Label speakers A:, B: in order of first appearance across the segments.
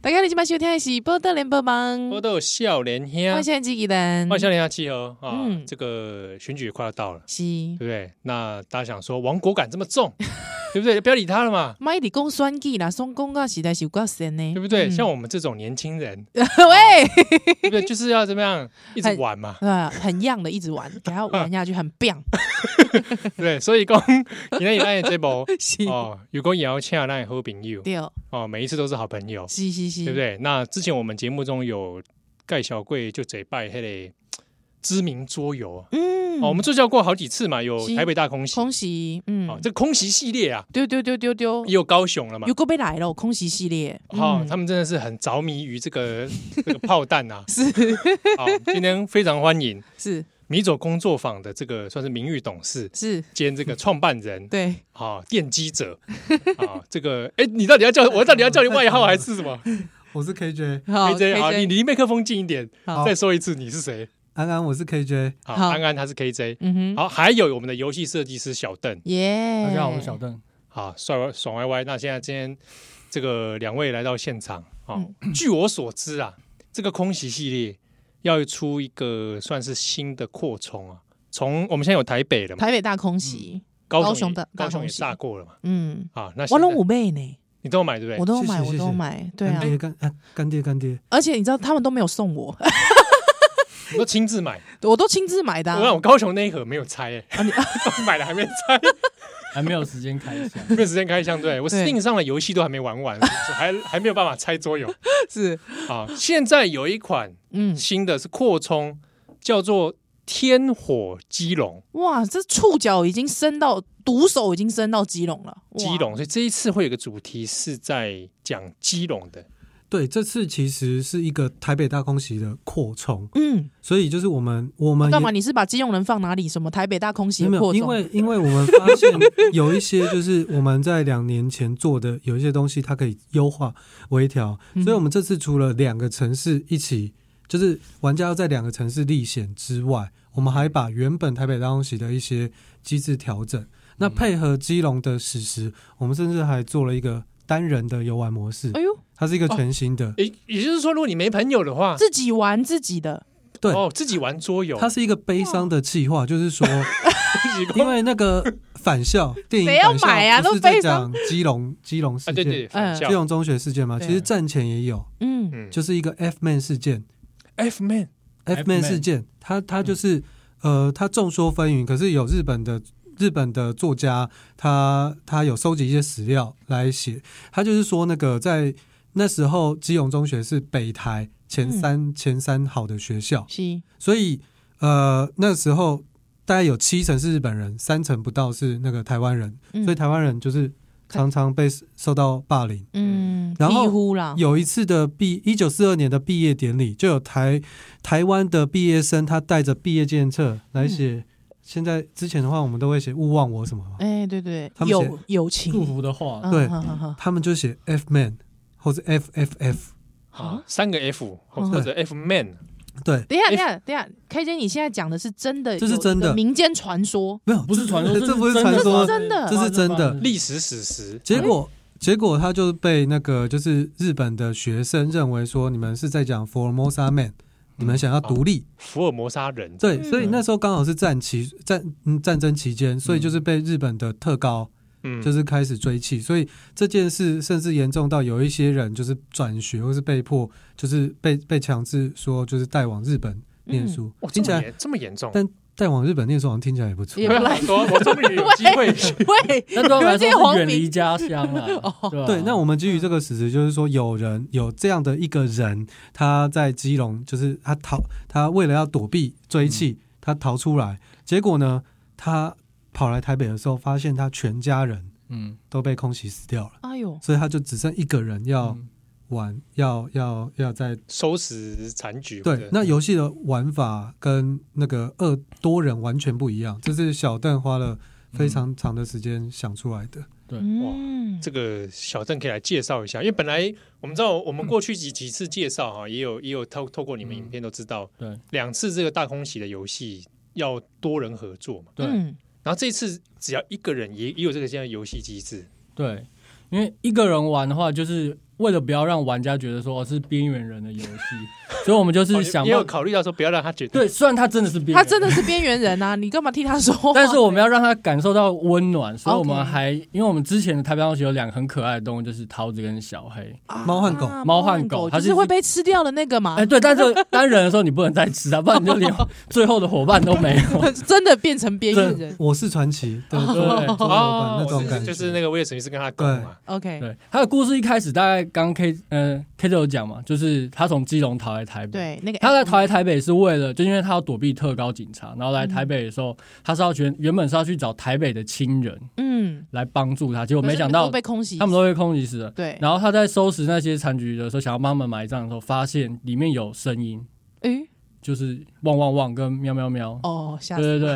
A: 大家你今晚收听的是《波特联播网》，
B: 我都有笑脸兄，
A: 我嗯哦现在自己人，
B: 万笑脸兄契合啊
A: 嗯，
B: 这个选举也快要到了，
A: 是
B: 对不对？那大家想说亡国感这么 重，对不对？不要理他了嘛，
A: 麦迪公选举啦，双公告时代是有够神呢，
B: 对不对？
A: 嗯
B: 像我哦们这种年轻人，
A: 喂，
B: 对不对？就是要怎么样一直
A: 很
B: 玩嘛，
A: 呃，很样的一直玩，给他玩下去很棒，
B: 对不对？所以讲今天有爱的 这波
A: 是
B: 哦，有讲也要请那好朋友
A: 对，
B: 哦，每一次都是好朋友，
A: 是是是，
B: 对不？对？那之前我们节目中有盖小贵就这拜黑嘞知名桌游啊
A: 嗯，
B: 哦，我们助教过好几次嘛，有
A: 是
B: 台北大空袭。
A: 空袭，嗯，
B: 哦，这个空袭系列啊，
A: 丢丢丢丢丢
B: 也，有高雄了嘛
A: 有。够被来了，空袭系列，
B: 好、
A: 嗯
B: 他们真的是很着迷于这个 这个炮 弹啊。是，好、今天非常欢迎
A: 是
B: 米佐工作坊的这个算是名誉董事
A: 是，
B: 兼这个创办人，
A: 对，
B: 好、奠 基者，啊、这个哎、你到底要叫我到底要叫你外号还是什么
C: 我是 KJ，
A: 好
B: ？KJ 啊，
A: KJ
B: 你离麦克风近一点，
A: 好
B: 再说一次你是谁？
C: 安安，我是 KJ。
B: 好，
A: 好
B: 安安他是 KJ，
A: 嗯哼，
B: 好，还有我们的游戏设计师小邓，
A: 耶，
C: 大家好，
A: 哎
C: 我是小邓。
B: 啊，帅歪爽歪歪。那现在今天这个两位来到现场啊，
A: 嗯
B: 据我所知啊，这个空袭系列要出一个算是新的扩充啊。从我们现在有台北了嘛，
A: 台北大空袭，
B: 高雄
A: 高雄的
B: 也高雄也
A: 大空袭
B: 炸过了嘛，
A: 嗯，
B: 啊，那
A: 我
B: 现在
A: 拢五倍呢，
B: 你都有买对不
A: 我
B: 对？
A: 都有买，
C: 谢谢
A: 我都有
C: 谢谢
A: 买，对啊
C: 干，爹干啊，干爹干爹，
A: 而且你知道他们都没有送我，
B: 我都亲自买，
A: 我都亲自买的
B: 我让
A: 啊，
B: 我高雄那一盒没有拆欸， 买了还没拆，
D: 还没有时间开箱。
B: 没有时间开箱。对我
A: 对
B: Steam 上的游戏都还没玩完，还还没有办法拆桌游
A: 是，
B: 啊。现在有一款
A: 嗯，
B: 新的是扩充，叫做天火基隆。
A: 哇，这触角已经伸到，毒手已经伸到基隆了，哇
B: 基，隆，所以这一次会有一个主题是在讲基隆的，
C: 对，这次其实是一个台北大空袭的扩充，
A: 嗯，
C: 所以就是我们我们
A: 干嘛？
C: 呃也
A: 你是把基隆人放哪里？什么台北大空袭
C: 没
A: 的
C: 有，
A: 扩
C: 因
A: 充？
C: 为因为我们发现有一些就是我们在两年前做的有一些东西，它可以优化微调，所以我们这次除了两个城市一起，就是玩家要在两个城市历险之外，我们还把原本台北大空袭的一些机制调整，那配合基隆的史实，我们甚至还做了一个单人的游玩模式
A: 哎，呦，
C: 它是一个全新的，
B: 也也就是说，如果你没朋友的话，
A: 自己玩自己的，
C: 对，
B: 哦，自己玩桌游，
C: 它是一个悲伤的计划，就是说。
B: 自己
C: 因为那个 返校电影
A: 谁要
C: 返校
A: 买啊
C: 不
A: 都
C: 是在
A: 非
C: 讲 基隆基隆事
B: 啊，对
C: 件，
B: 对，
A: 嗯
B: 反
C: 基
B: 校，
C: 隆中学事件嘛。
A: 对啊
C: 其实战前也有，
A: 嗯，
B: 嗯，就
C: 就是一个 F man 事件
B: F man，嗯
C: ，F
D: F-man
C: man 事件，他他就是呃，他众说纷纭，可是有日本的。日本的作家，他他有收集一些史料来写，他就是说那个在那时候基隆中学是北台
A: 嗯
C: 前三、前三好的学校，
A: 是，
C: 所以呃那时候大概有七成是日本人，三成不到是那个台湾人，
A: 嗯
C: 所以台湾人就是常常被受到霸凌。
A: 嗯，
C: 然后
A: 几乎啦，
C: 有一次的毕一九四二年的毕业典礼，就有台台湾的毕业生，他带着毕业纪念册来
A: 嗯
C: 写。现在之前的话，我们都会写“勿忘我”什么嘛，
A: 哎，对对
C: 他，们
A: 有
C: 写
A: 友
D: 祝
A: 情，
D: 福的话，
A: 嗯
C: 对
A: 好好好
C: 他们就写 “F man” 或者 “F F F”。
B: 啊，三个 F
A: 嗯
B: 或者 F man，
C: 对，
A: 等一下，等一下，等一下，K 姐，你现在讲的是真的，
C: 这是真的
A: 民间传说，
C: 没有，
D: 不是传说，
C: 这不
D: 是
C: 是传说
A: 这是，真的
C: 这是真的
B: 历史史实，
C: 嗯结果，结果他就被那个就是日本的学生认为说，你们是在讲 Formosa Man，、你们想
D: 哦
C: 要独立。
B: 福尔摩沙人，
C: 对，
A: 嗯
C: 所以那时候刚好是战期战嗯战争期间，所以就是被日本的特高
B: 嗯，
C: 就是开始追弃，所以这件事甚至严重到有一些人就是转学或是被迫就是被被强制说就是带往日本
A: 嗯
C: 念书，
B: 哇，这
C: 听起
B: 么
C: 来
B: 严这么严重，
C: 但带往日本念书好像听起来也不错
A: 也。
B: 对啊我我终于有机会去，
A: 喂，
D: 那对我来
A: 有
D: 说
A: 些
D: 是
A: 黄
D: 远离
A: 明，
D: 家乡 了。啊
C: 哦对，那我们基于这个事实，就是说有人有这样的一个人，他在基隆，就是他逃，他为了要躲避追弃，他逃出来，结果呢，他跑来台北的时候，发现他全家人
D: 嗯
C: 都被空袭死掉了，
A: 哎呦，
C: 所以他就只剩一个人要
D: 嗯
C: 玩，要要要在
B: 收拾残局，或
C: 对
B: 者。
C: 那游戏的玩法跟那个二多人完全不一样，这是小邓花了非常长的时间想出来的。
A: 嗯，
B: 这个小邓可以来介绍一下，因为本来我们知道，我们过去几几次介绍哈、也有也有透透过你
C: 嗯
B: 们影片都知道，
D: 对
B: 两次这个大空袭的游戏要多人合作嘛，
D: 对
A: 嗯
B: 然后这次只要一个人也也有这个这样的游戏机制，
D: 对，因为一个人玩的话，就是为了不要让玩家觉得说哦是边缘人的游戏，所以我们
C: 哦
D: 就是想
B: 哦也有
D: 要
B: 考虑到说不要让他觉得
D: 对，虽然他真的是边缘人，
A: 他真的是边缘人啊，你干嘛替他说话？
D: 但是我们要让他感受到温暖，所以我们
A: OK
D: 还因为我们之前的台北当时有两个很可爱的动物，就是桃子跟小黑。
A: 啊
C: 猫和狗
D: 猫和狗它
A: 就是是会被吃掉的那个嘛
D: 哎、，对，但是 单人的时候你不能再吃啊它，不然你就连最后的伙伴都没 有。
A: 真的变成边缘人。
C: 我是传奇，对对
D: 对
C: 中国版那
B: 我
C: 种
B: 哦是
C: 感觉，
B: 就是那个威尔史密斯跟他狗嘛，
A: OK，
D: 对，他的故事一开始大概刚 K 呃 K 就有讲嘛，就是他从基隆逃来台北，，
A: 对，那个
D: 他在逃来台北是为了，就因为他要躲避特高警察，然后来
A: 嗯
D: 台北的时候，他是要原原本是要去找台北的亲人
A: 嗯，
D: 来帮助他，结果
A: 可
D: 没
A: 是
D: 想到
A: 都被空袭，
D: 他们都被空袭死了。
A: 对，
D: 然后他在收拾那些残局的时候，想要帮他们埋葬的时候，发现里面有声音，
A: 诶，
D: 就是汪汪汪跟喵喵喵。
A: 哦，吓
D: 对
A: 死，
D: 对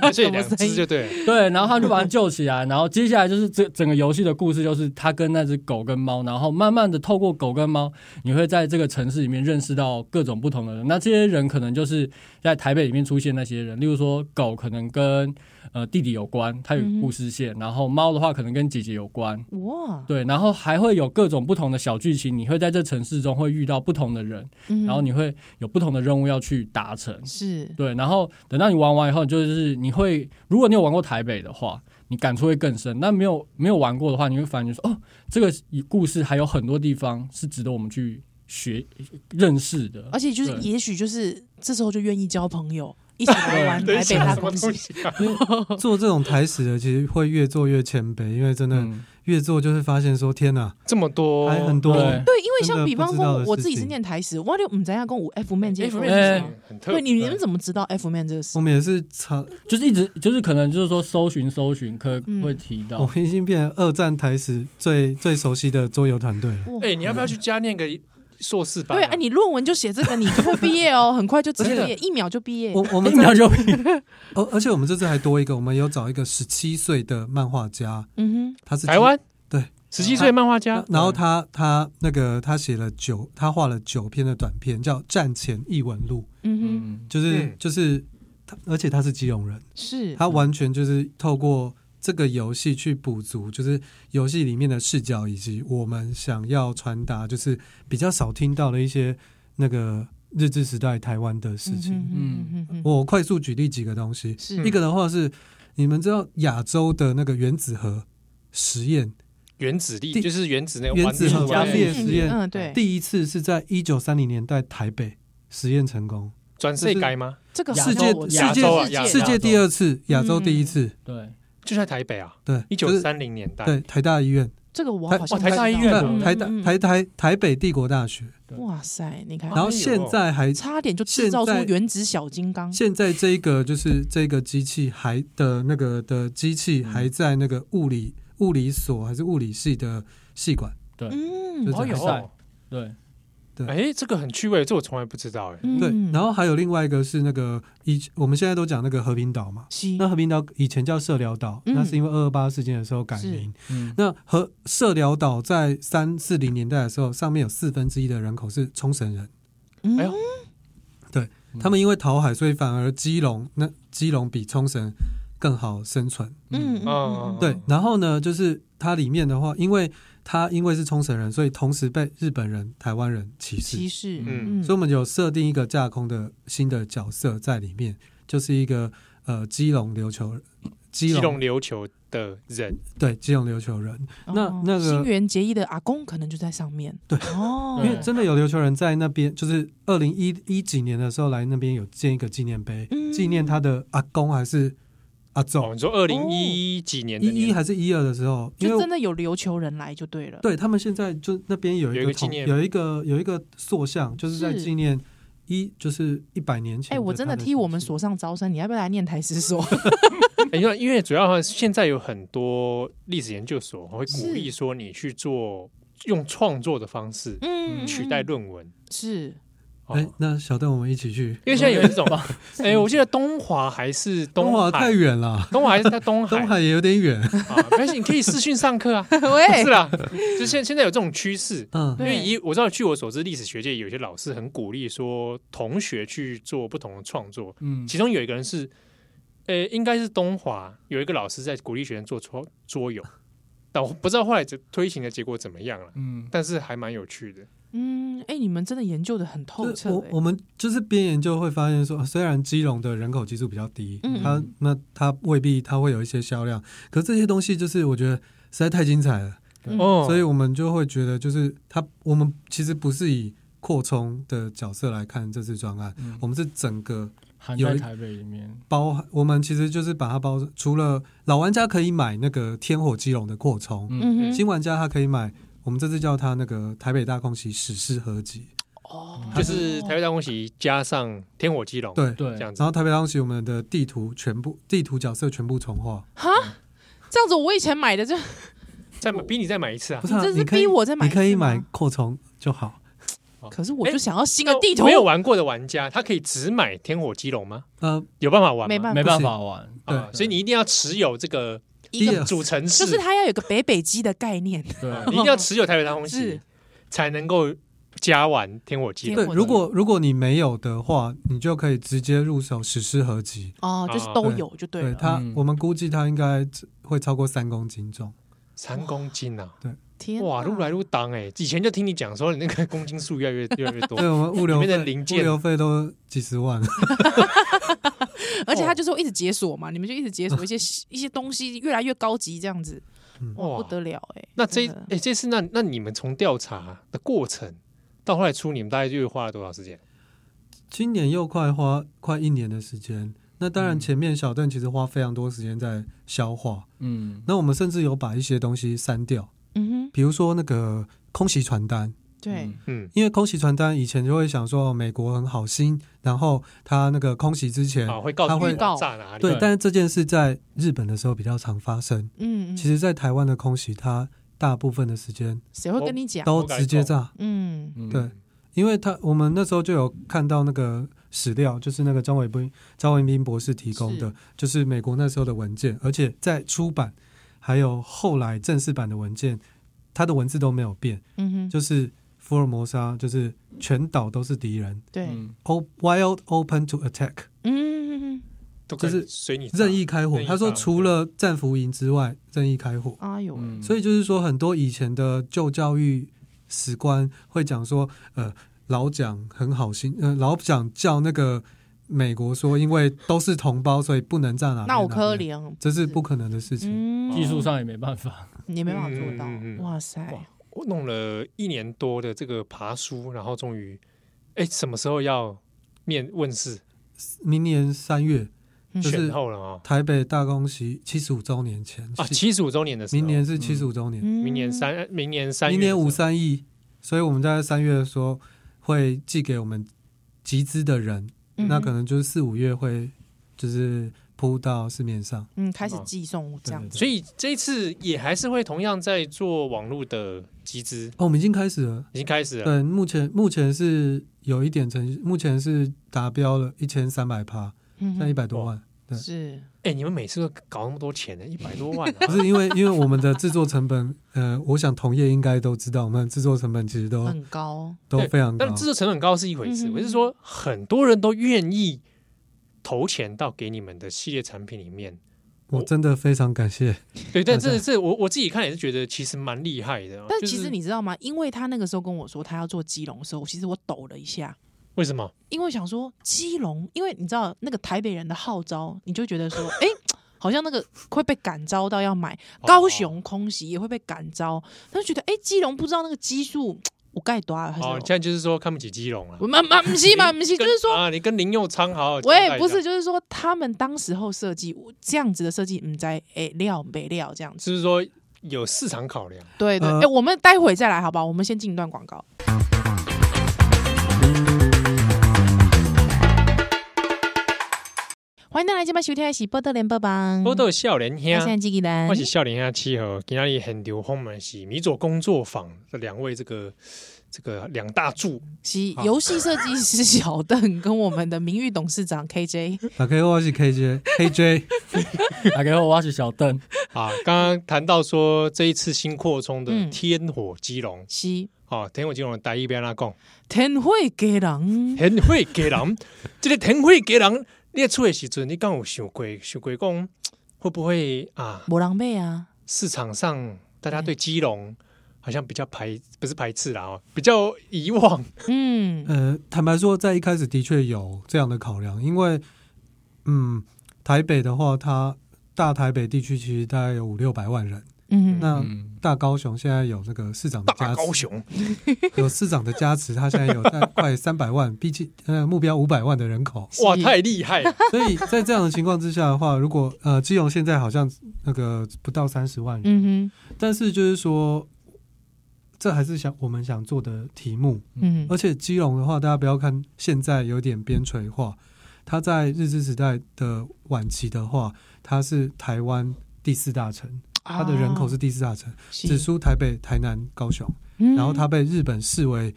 D: 对
B: 所以两只 就对了，
D: 对，然后他就把它救起来，然后接下来就是这整个游戏的故事，就是他跟那只狗跟猫，然后慢慢的透过狗跟猫，你会在这个城市里面认识到各种不同的人。那这些人可能就是在台北里面出现那些人，例如说狗可能跟呃弟弟有关，它有
A: 嗯哼
D: 故事线；然后猫的话可能跟姐姐有关，
A: 哇，
D: 对，然后还会有各种不同的小剧情，你会在这城市中会遇到不同的人，
A: 嗯
D: 然后你会有不同的任务要去达成。
A: 是
D: 对，然后等到你玩完以后，就是你会，如果你有玩过台北的话，你感触会更深。那没有没有玩过的话，你会发觉说，哦，这个故事还有很多地方是值得我们去学认识的。
A: 而且就是，
D: 对
A: 也许就是这时候就愿意交朋友，一起来玩
B: 等一
A: 台北大
B: 下什么
A: 空
B: 东
A: 袭。
B: 西啊？
C: 做这种台史的，其实会越做越谦卑，因为真的
D: 嗯，
C: 越做就会发现说，天哪，
B: 这么多
C: 还很多。
D: 对，
A: 对，因为像
C: 真的
A: 比方
C: 不知道
A: 说
C: 的事，情
A: 我自己是念台史，我就唔知道跟我 F man 接触
B: F
A: 的
B: man
A: 是什
B: 是
A: 么。
B: 很特
A: 对，你你们
B: 对
A: 怎么知道 F man 这个事
C: 我？们也是查，
D: 就是一直就是可能就是说搜寻搜寻，可
A: 嗯
D: 会提到。
C: 我们已经变成二战台史最最熟悉的桌游团队了。
A: 哇
B: 哎，你要不要去加念个硕士班？
A: 对啊，你论文就写这个，你就会毕业哦，很快就直
C: 而
A: 接一秒就毕业
C: 我。 我们
D: 一秒就
C: 而而且我们这次还多一个，我们有找一个十七岁的漫画家，
A: 嗯
C: 他是
B: 台湾
C: 对
B: 十七岁漫画家嗯
C: 然，然后他他那个他写了九，他画了九篇的短片，叫《战前异闻录
A: 哼，嗯哼，
D: 嗯》，，
C: 就是、
B: 嗯
C: 就是他，而且他是基隆人，
A: 是
C: 他完全就是透过这个游戏去补足，就是游戏里面的视角以及我们想要传达，就是比较少听到的一些那个日治时代台湾的事
A: 嗯
C: 情。
A: 哼嗯哼嗯哼，
C: 我快速举例几个东西，
B: 嗯
A: 是
C: 一个的话是，你们知道亚洲的那个原子核实验，
B: 原子力
C: 第
B: 就是原子那个
C: 原子
B: 玩
C: 核
B: 具玩
C: 分裂
B: 具
C: 实验
A: 嗯对，
C: 第一次是在一九三零年代台北实验成功，
B: 转世改吗？
A: 这个
D: 亚
A: 很
C: 世界
A: 我
C: 世界
B: 亚洲啊亚洲
C: 世界第二次，亚洲第一次，
D: 对，
B: 就在台北啊，
C: 对，
B: 一
C: 就
B: 九
C: 是
B: 三零年代。
C: 对台大医院，
A: 这个我
C: 台
A: 好像
B: 哇台大
A: 知道
B: 医院
C: 那
D: 嗯
C: 台
A: 嗯嗯
C: 大台台台北帝国大学，
A: 哇塞，你看
B: 哎
C: 然，后现在还
A: 差点就制造出
C: 现在
A: 原子小金刚，
C: 现在这一个就是这个机器还的那个的机器还在那个物理物理所还是物理系的系馆，
A: 嗯
C: 就，
B: 哦
C: 是
D: 在
B: 哟，
D: 对，
B: 哎，这个很趣味，这我从来不知道哎。
C: 对，然
A: 后
C: 后还有另外一个是那个以我们现在都讲那个和平岛嘛，
A: 西
C: 那和平岛以前叫社寮岛，
A: 嗯
C: 那是因为二二八事件的时候改名。
D: 嗯，
C: 那和社寮岛在三四零年代的时候，上面有四分之一的人口是冲绳人，
B: 哎呦
A: 嗯
C: 他们因为逃海，所以反而基隆那基隆比冲绳更好生存。
A: 嗯嗯
B: 嗯
C: 对，然后呢，就是它里面的话，因为它因为是冲绳人，所以同时被日本人、台湾人歧视，
A: 歧视，
B: 嗯
A: 嗯，
C: 所以我们有设定一个架空的新的角色在里面，就是一个呃基隆琉球基
B: 基
C: 隆
B: 隆琉球的人，
C: 对基隆琉球人，那
A: 哦
C: 那个
A: 新垣结衣的阿公可能就在上面，
C: 对
A: 哦
C: 因，为真的有琉球人在那边，就是二零一一几年的时候来那边有建一个纪念碑，
A: 嗯
C: 纪念他的阿公还是阿
B: 哦，
C: 祖，
B: 你说二零一几年
C: 一
B: 的
C: 哦一
B: 年
C: 还是一二的时候，因
A: 就
C: 为
A: 真的有琉球人来就对了，
C: 对他们现在就那边有一
B: 有一
C: 个
B: 个
C: 铜
B: 纪念
C: 有一个有一个塑像，就是在
A: 是
C: 纪念一就是一百年前。
A: 哎，我真的替我们。所上招生，你要不要来念台师所？
B: 因为因为主要现在有很多历史研究所会鼓励
A: 是
B: 说你去做用创作的方式
A: 嗯
B: 取代论文。
A: 是
B: 哦
C: 哎，那小邓，我们一起去。
B: 因为现在有一种， 哎，我记得东华还是
C: 嗯东华
B: 海
C: 太，远了，
B: 东华还是在东海
C: 东海也有点 远。
B: 啊，没关系，你可以视讯上课啊，
A: 喂
B: 是，啦，就现现在有这种趋势。
C: 嗯
B: 因
A: 对
B: 为以我知道，据我所知，历史学界有些老师很鼓励说同学去做不同的创作，
D: 嗯，
B: 其中有一个人是，呃，应该是东华有一个老师在鼓励学生做桌桌游，但我不知道后来这推行的结果怎么样了，
D: 嗯，
B: 但是还蛮有趣的。
A: 嗯，哎，你们真的研究的很透
C: 就是
A: 彻、
C: 我
A: 欸，
C: 我们就是边研究会发现说，呃虽然基隆的人口基数比较低，
A: 嗯
C: 它
A: 嗯
C: 那它未必它会有一些销量，可这些东西就是我觉得实在太精彩了，
A: 嗯
B: 哦，
C: 所以我们就会觉得就是它我们其实不是以扩充的角色来看这次专案，
D: 嗯
C: 我们是整个
D: 含
C: 有
D: 在
C: 一
D: 台北里面，
C: 包，我们其实就是把它包，除了老玩家可以买那个天火基隆的扩充，
A: 嗯
D: 嗯，
A: 哼，
C: 新玩家他可以买。我们这次叫它那个台北大空袭史诗合集，
A: 哦，
B: 就是台北大空袭加上天火鸡笼，
C: 对，
D: 对
B: 这，样子
C: 然后台北当时我们的地图全部地图角色全部重画，
A: 哈，这样子我以前买的就
B: 再买逼你再买一次啊
C: 不！是、啊、
A: 你这是
C: 你可以
A: 逼我在买
C: 你可以
A: 是吗
C: 买扩充就好。
A: 可是我就想要新的
B: 那
A: 地图，
B: 没有玩过的玩家，他可以只买天火鸡笼吗？
C: 呃，
B: 有办法玩吗？
A: 没办
D: 没
A: 法，
D: 办法玩，
C: 对
B: 啊所以你一定要持有这个
A: 一
C: 第
A: 个
C: 二
B: 主城市，
A: 就是它要有个北北基的概念，
D: 对，
B: 你一定要持有台北大空
A: 是
B: 袭，才能够加完天火鸡笼。
C: 对
A: 天火，
C: 如果如果你没有的话，你就可以直接入手史诗合集。
A: 哦，就是都有就对
C: 对
A: 了，
C: 它，
D: 嗯
C: 我们估计它应该会超过三公 斤重。
B: 三公斤啊！
A: 天
B: 哇，
A: 哪
B: 入来入当哎、以前就听你讲说你那个公斤数越来越 越来越多
C: 对，，我们物流
B: 里面的
C: 费
B: 零
C: 物
B: 件
C: 流费都几十 万。
A: 而且它就是会一直解锁嘛，你们就一直解锁一些一些东西，越来越高级这样子，哇，不
B: 哇！
A: 得了哎，
B: 那这
A: 真的
B: 哎、这次那那你们从调查的过程到后来出，你们大概又花了多少时间？
C: 今年又快花快一年的时间，那当然
D: 嗯
C: 前面小邓其实花非常多时间在消化。
D: 嗯，
C: 那我们甚至有把一些东西删掉，
A: 嗯哼，
C: 比如说那个空袭传单。
A: 对
D: 嗯，，
B: 嗯，
C: 因为空袭传单以前就会想说、哦美国很好心，然后他那个空袭之前，
B: 啊，会告
C: 嗯他
B: 诉
C: 会
B: 你要炸哪里？
C: 对，
D: 对
C: 但是这件事在日本的时候比较常发生。
A: 嗯，嗯
C: 其实，在台湾的空袭，它大部分的时间
A: 谁会跟你讲？
C: 都直接炸，
A: 嗯，
D: 嗯
C: 对，因为他我们那时候就有看到那个史料，就是那个张伟斌张伟斌博士提供的，
A: 是
C: 就是美国那时候的文件，而且在出版还有后来正式版的文件，它的文字都没有变，
A: 嗯哼，
C: 就是福尔摩沙，就是全岛都是敌人。
A: 对，嗯
D: 嗯
C: O wild open to attack，
A: 嗯，嗯
B: 都可以
C: 就是
B: 随你炸
C: 任意开火
B: 任。意
C: 他说
B: 炸
C: 除了战俘营之外，任意开火。
A: 嗯哎呦，
D: 嗯
C: 所以就是说，很多以前的旧教育史观会讲说，呃，老蒋很好心，呃，老蒋叫那个美国说，因为都是同胞，所以不能站哪边
A: 那我
C: 哪
A: 可
C: 边，
A: 怜，
C: 这是不可能的事情。
A: 嗯
D: 技术上也没办法，
A: 你没办法做到
B: 嗯嗯嗯，嗯
A: 哇塞，
B: 哇我弄了一年多的这个爬书，然后终于，哎、什么时候要面问世？
C: 明年三月，
A: 嗯
C: 就是
B: 选后了哦。
C: 台北大空袭七十五周年前
B: 啊，
C: 夕
B: 七十五周年的时候，
C: 明年是七十五周年，
A: 嗯
B: 明年，三，呃明年三月
C: 明
B: 的时
C: 年
B: 候，
C: 五三亿，所以我们在三月的时候会寄给我们集资的人，
A: 嗯
C: 那可能就是四五月会就是铺到市面上。
A: 嗯，开始
B: 哦
A: 寄送这样
C: 对对
A: 子，
B: 所以这一次也还是会同样在做网络的集资，
C: 哦，我们已经开始了。
B: 已经开始了。
C: 对，目前目前是有一点成，目前是达标了一千三百趴，
A: 嗯
C: 现在一百多万。对
A: 是，
B: 哎、你们每次都搞那么多钱呢、一百多 万、啊，
C: 不是因为因为我们的制作成本，呃，我想同业应该都知道，我们的制作成本其实都、
A: 很高，
C: 都
B: 对
C: 非常高
B: 但。制作成本高是一回
A: 嗯
B: 事，
A: 嗯嗯
B: 我是说很多人都愿意投钱到给你们的系列产品里面。
C: 我真的非常感谢。
B: 对，但
C: 好像
B: 这这我我自己看也是觉得其实蛮厉害的啊。
A: 但
B: 就
A: 其
B: 是
A: 实你知道吗？因为他那个时候跟我说他要做基隆的时候，其实我抖了一下，
B: 为什么？
A: 因为想说基隆，因为你知道那个台北人的号召，你就觉得说， 哎、好像那个会被感召到要买，高雄啊空袭也会被感召，他就觉得，哎、基隆不知道那个基数，我盖多少？
B: 哦，
A: 还
B: 现
A: 是
B: 在就是说看不起基隆了
A: 我。妈妈 不是嘛，不是，
B: 你
A: 就
B: 跟
A: 是说。
B: 啊，你跟林佑昌好好交代一下，
A: 喂，不是，就是说他们当时候设计这样子的设计，嗯，在哎料没料这样子，
B: 是不是说有市场考量？
A: 对对，哎、
C: 呃
A: 我们待会再来，好不好？我们先进一段广告。欢迎大家来今晚收听的是《波特连播榜》，
B: 我都有笑脸
A: 我
B: 兄
A: 现，在记得
B: 我是笑脸兄七和，今天很流轰的是米佐工作坊的两位这个这个两大柱，
A: 是游戏设计师小邓跟我们的名誉董事长 KJ，
C: 打开我是 KJ KJ，
D: 打给我，我要去小邓，
B: 啊，刚刚谈到说这一次新扩充的
A: 嗯
B: 天火基隆，
A: 是
B: 啊，天火基隆台一边拉讲，
A: 天会给人，
B: 天火给人， 这个天火给人，列出的时阵，你刚有想过想过讲会不会啊
A: 无人买啊，
B: 市场上大家对基隆好像比较排，不是排斥啦哦，比较遗忘。
A: 嗯，
C: 呃，坦白说，在一开始的确有这样的考量，因为，嗯，台北的话，它大台北地区其实大概有五六百万人，
A: 嗯
C: 那
D: 嗯
C: 大高雄现在有那个市长的
B: 大
C: 加
B: 高
C: 持，
B: 雄，
C: 有市长的加持，它现在有在快三百万， 毕竟呃目标五百万的人 口，
B: 哇，
A: 是
B: 太厉害了！
C: 所以在这样的情况之下的话，如果呃基隆现在好像那个不到三十万人，
A: 嗯
C: 但是就是说，这还是想我们想做的题目，
A: 哼，嗯
B: 呃
C: 而且基隆的话，大家不要看现在有点边陲化，它在日治时代的晚期的话，它是台湾第四大城，它的人口
A: 啊
C: 是第四大城，只
A: 指数，
C: 输台北、台南、高雄。
A: 嗯
C: 然后它被日本视为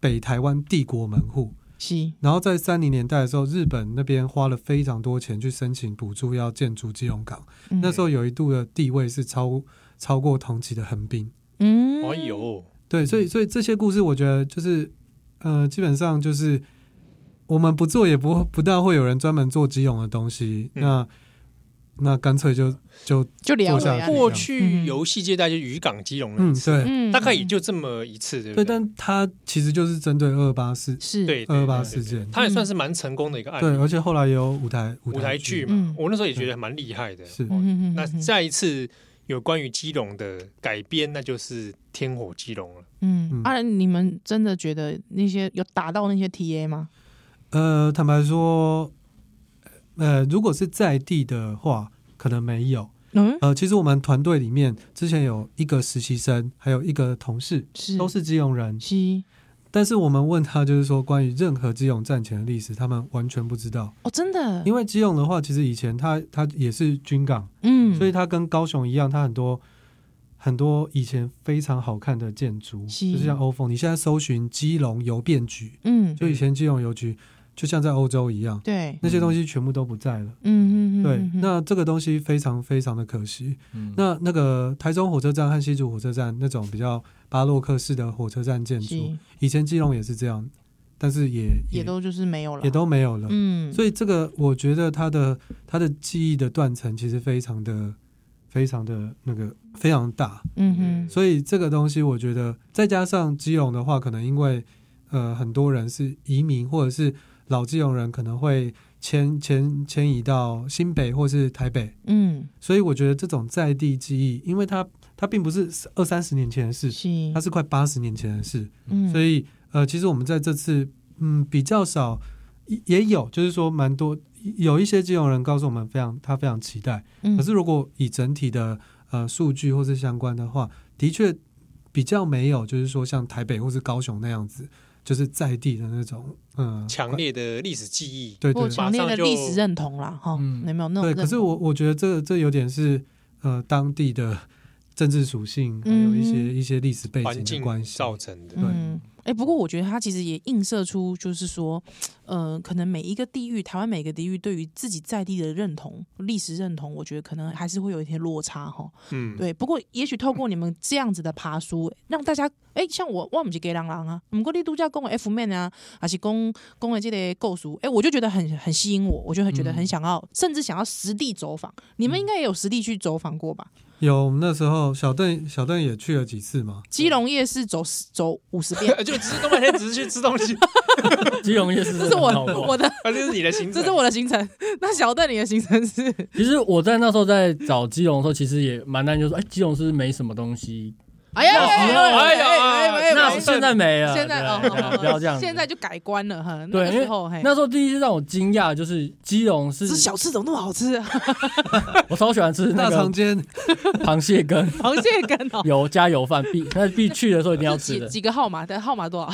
C: 北台湾帝国门户。
A: 是
C: 然后在三零年代的时候，日本那边花了非常多钱去申请补助，要建筑基隆港。
A: 嗯
C: 那时候有一度的地位是超超过同期的横滨。
A: 嗯，
B: 哎呦，
C: 对，所
B: 嗯
C: 以所以这些故事，我觉得就是，呃，基本上就是我们不做，也不不大会有人专门做基隆的东西。
B: 嗯
C: 那那干脆就就
A: 就聊
C: 坐下
A: 了呀
C: 来，
B: 过
A: 嗯
B: 去游戏界大概就渔港基隆那
C: 嗯，
B: 一次，
C: 对
A: 嗯
B: 大概也就这么一次，对不
C: 对，但它其实就是针对二八事，
A: 是
B: 对对对
C: 228
B: 对
C: 事件
B: 它也
A: 嗯
B: 算是蛮成功的一个案
C: 对，
B: 例，
C: 而且后来也有舞台
B: 舞台剧
C: 剧，
B: 嘛
A: 嗯，
B: 我那时候也觉得蛮厉害的。哦
C: 是
A: 嗯哼嗯哼
B: 那下一次有关于基隆的改编，那就是《天火基隆》了。
A: 嗯
C: 嗯
A: 啊，你们真的觉得那些有打到那些 TA 吗？
C: 呃，坦白说，呃，如果是在地的话，可能没有。
A: 嗯，
C: 呃，其实我们团队里面之前有一个实习生，还有一个同事，
B: 嗯
A: 是
C: 都是基隆人，
A: 是
C: 但是我们问他，就是说关于任何基隆战前的历史，他们完全不知道。
A: 哦，真的，
C: 因
A: 为
C: 为基隆的话，其实以前它它也是军港，
A: 嗯，
C: 所以它跟高雄一样，它很多很多以前非常好看的建筑，
A: 是
C: 就是像欧风。你现在搜寻基隆邮便局，
A: 嗯，
C: 就以前基隆邮局，就像在欧洲一样，
A: 对，
C: 那些东西全部都不在了。
A: 嗯嗯嗯，
C: 对
A: 嗯，嗯
C: 那这个东西非常非常的可惜。
D: 嗯
C: 那那个台中火车站和西竹火车站那种比较巴洛克式的火车站建筑，
A: 是
C: 以前基隆也是这样，但是也
A: 也都就是没有了，
C: 也都没有了。
A: 嗯，
C: 所以这个我觉得他的他的记忆的断层其实非常的非常的那个非常大。
A: 嗯哼，
C: 所以这个东西我觉得再加上基隆的话，可能因为呃很多人是移民或者是老基隆人可能会迁迁迁移到新北或是台北，
A: 嗯，
C: 所以我觉得这种在地记忆，因为它它并不是二三十年前的事，
A: 是，
C: 它是快八十年前的事。
A: 嗯，
C: 所以呃，其实我们在这次嗯比较少，也也有就是说蛮多有一些金融人告诉我们非常他非常期待，
A: 嗯
C: 可是如果以整体的呃数据或是相关的话，的确比较没有就是说像台北或是高雄那样子，就是在地的那种嗯、呃
B: 强烈的历史记忆，
C: 对
A: 我有
C: 对
A: 强烈的历史认同啦，哈，
D: 嗯
A: 有没有那种
C: 对，
A: 认同？
C: 可是我我觉得这这有点是呃当地的政治属性，还有一些、
A: 嗯
C: 一些历史背
B: 环
C: 景的
B: 境
C: 关系，
B: 造成的。
C: 对
A: 嗯，哎、不过我觉得它其实也映射出，就是说，呃，可能每一个地域，台湾每个地域对于自己在地的认同、历史认同，我觉得可能还是会有一些落差哈。
B: 嗯，
A: 对，不过也许透过你们这样子的爬书，让大家，哎、像我，我唔是给人人啊，我们过你度假公 F man 啊，还是公公的这类构书，哎、我就觉得很很吸引我，我就会觉得很想要，甚至想要实地走访。你们应该也有实地去走访过吧？
C: 有我们那时候小邓小邓也去了几次嘛，
A: 基隆夜市走十走五十 遍，
B: 就只是东半天，只是去吃东西，
D: 基隆夜市
A: 这是我
D: 很好逛
A: 我的
B: 啊，这是你的行
A: 这
B: 程。
A: 是我的行程。那小邓你的行程 是？
D: 其实我在那时候在找基隆的时候，其实也蛮担忧说，哎，基隆是不是没什么东西？
A: 哎呀
B: 哎
D: 那
B: 没
D: 现在没了，
A: 现在
D: 对
A: 哦
D: 对，不要这样子。
A: 现在就改观了哈。
D: 对
A: 那
D: 因为
A: 时候嘿，
D: 那时候第一次让我惊讶就是基隆是
A: 这，小吃怎么那么好吃？
D: 我超喜欢吃那
C: 大
D: 个
C: 长间
D: 螃 蟹羹
A: 螃蟹羹 哦。
D: 油加油饭，必那必去的时候一定要吃
A: 几
D: 的。
A: 几个号码？但号码多少？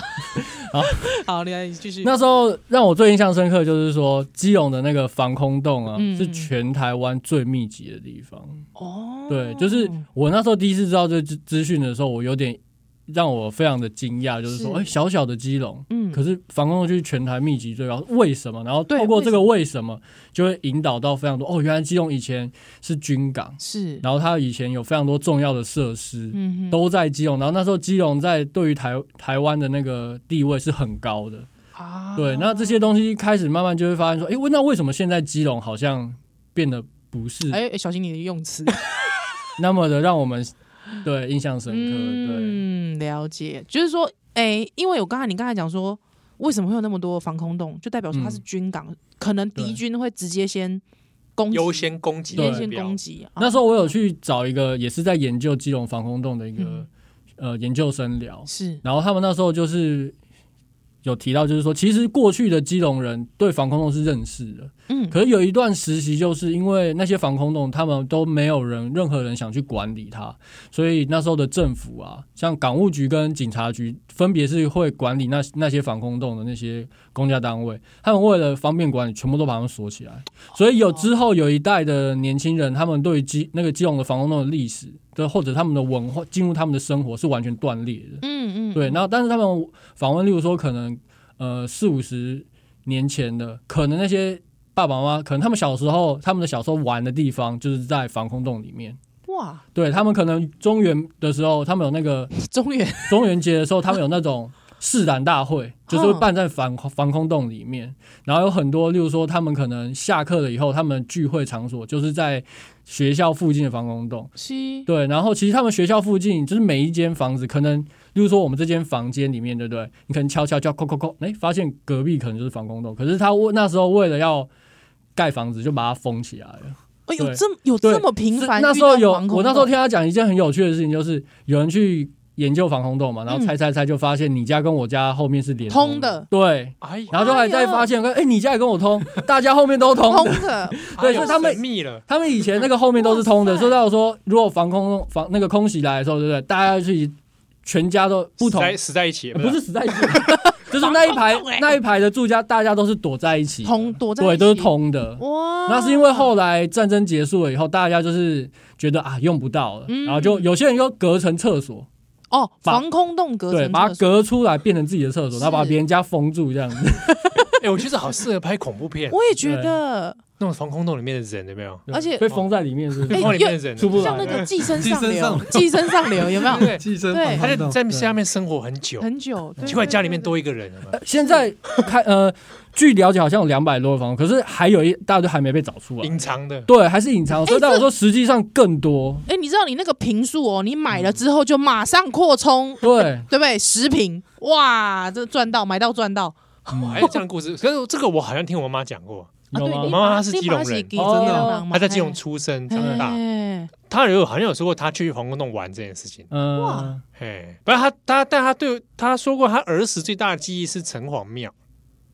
A: 好，你来你继续。
D: 那时候让我最印象深刻就是说，基隆的那个防空洞啊，
A: 嗯
D: 是全台湾最密集的地方。
A: 哦，
D: 对，就是我那时候第一次知道这资资讯的时候，我有点让我非常的惊讶，就是说，
A: 是
D: 哎、小小的基隆，
A: 嗯
D: 可是防空洞就是全台密集最高，为什么？然后
A: 对
D: 透过这个
A: 为
D: 为什么，就会引导到非常多哦，原来基隆以前是军港，
A: 是，
D: 然后它以前有非常多重要的设施。
A: 嗯哼
D: 都在基隆，然后那时候基隆在对于台台湾的那个地位是很高的，
A: 啊
D: 对。那这些东西开始慢慢就会发现说，哎、那为什么现在基隆好像变得不是
A: 哎，哎小心你的用词。
D: 那么的让我们对，印象深刻。对，
A: 嗯，了解，就是说，哎、因为我刚才你刚才讲说，为什么会有那么多防空洞，就代表说它是
D: 嗯
A: 军港，可能敌
D: 对
A: 军会直接先攻击，
B: 优先攻击
A: 直
D: 对
A: 接
B: 目
A: 先
B: 标
A: 攻击。
D: 那时
A: 候
D: 候我有去找一个也是在研究基隆防空洞的一个
A: 嗯
D: 呃研究生聊，
A: 哦是
D: 然后他们那时候就是有提到，就是说其实过去的基隆人对防空洞是认识的，
A: 嗯，
D: 可是有一段实习，就是因为那些防空洞，他们都没有人，任何人想去管理它，所以那时候的政府啊，像港务局跟警察局，分别是会管理那那些防空洞的那些公家单位，他们为了方便管理，全部都把它们锁起来。所以有之后有一代的年轻人，他们对于基那个基隆的防空洞的历史，对或者他们的文化进入他们的生活是完全断裂的。
A: 嗯嗯，
D: 对，那但是他们访问，例如说可能呃四五十年前的，可能那些爸爸妈妈，可能他们小时候，他们的小时候玩的地方就是在防空洞里面。
A: 哇，
D: 对他们可能中元的时候，他们有那个
A: 中原
D: 中元节的时候，他们有那种试胆大会，就是会办在防防空洞里面。然后有很多，例如说他们可能下课了以后，他们聚会场所就是在学校附近的防空洞。
A: 西
D: 对，然后其实他们学校附近就是每一间房子，可能例如说我们这间房间里面，对不对？你可能敲敲敲，扣扣扣，哎，发现隔壁可能就是防空洞，可是他为那时候为了要盖房子，就把它封起来了。
A: 哎有
D: 对
A: 这么有
D: 对
A: 这么频繁
D: 是那
A: 遇
D: 时候
A: 到
D: 有，
A: 防空
D: 我那时候
A: 洞
D: 听他讲一件很有趣的事情，就是有人去研究防空洞嘛，然后
A: 嗯
D: 猜猜猜，就发现你家跟我家后面是连
A: 通
D: 的，
A: 的
D: 对。
B: 哎呀，
D: 然后就还在发现，哎、你家也跟我通，大家后面都 通的
A: 通 的，
B: 哎
D: 对所以他们
B: 密了，
D: 他们以前那个后面都是通的，
A: 哇塞
D: 说到说，如果防空防那个空袭来的时候，对不对？大家去全家都不同，
B: 死在死在一起，
D: 呃不是死在 一起，就是那一排
A: 防空洞欸
D: 那一排的住家，大家都是躲在一起的，
A: 通躲在
D: 对，
A: 一
D: 都是
A: 起
D: 通的。
A: 哇，
D: 那是因为后来战争结束了以后，大家就是觉得啊用不到了，
A: 嗯
D: 然后就有些人又隔成厕所，
A: 哦
D: 把
A: 防空洞隔
D: 对，
A: 成
D: 把它
A: 厕所，
D: 隔出来变成自己的厕所，然后把
A: 是
D: 别人家封住这样子。
B: 哎，我觉得好适合拍恐怖片，
A: 我也觉
D: 对
A: 得
B: 那种防空洞里面的人有没有？
A: 而且
D: 被封在里面是不
A: 哎
B: 防？
D: 是
B: 空里面的人
D: 出不
A: 像那
D: 来
A: 个寄生
C: 寄
A: 上
C: 生
A: 流
C: 上流，
A: 寄生上流有没有？
B: 对
C: 寄生
A: 对
C: 防
B: 他
C: 空
B: 就
C: 洞，
B: 在下面生活很久，
A: 很
C: 嗯
A: 久，对
B: 奇怪，
A: 对
B: 家
A: 对
B: 里面
A: 对
B: 多一个人，有没有
D: 呃现在开呃，据了解好像有两百多个房，可是还有一大堆还没被找出来，
B: 隐藏的。
D: 对，还是隐藏。所以
A: 哎这
D: 但我说实际上更多，
A: 哎、你知道你那个平数哦，你买了之后就马上扩充，
C: 嗯
D: 对，
A: 对不对？十瓶，哇，这赚到，买到赚到，
C: 嗯
B: 还哎有这样的故事，可是这个我好像听我妈讲过，
D: 有
A: 啊对
B: 我
A: 你
D: 吗？
B: 妈妈
A: 把
B: 她是基隆人
A: 你把
D: 哦
A: 它寄
D: 真的
A: 给
C: 啊
D: 哦
A: 基隆嘛
B: 她在基隆出生长大，
A: 哎
B: 她有好像有说过她去防空洞玩这件事情。
A: 哇
D: 嗯，
B: 哎，不是她，她但她对她说过，她儿时最大的记忆是城隍庙，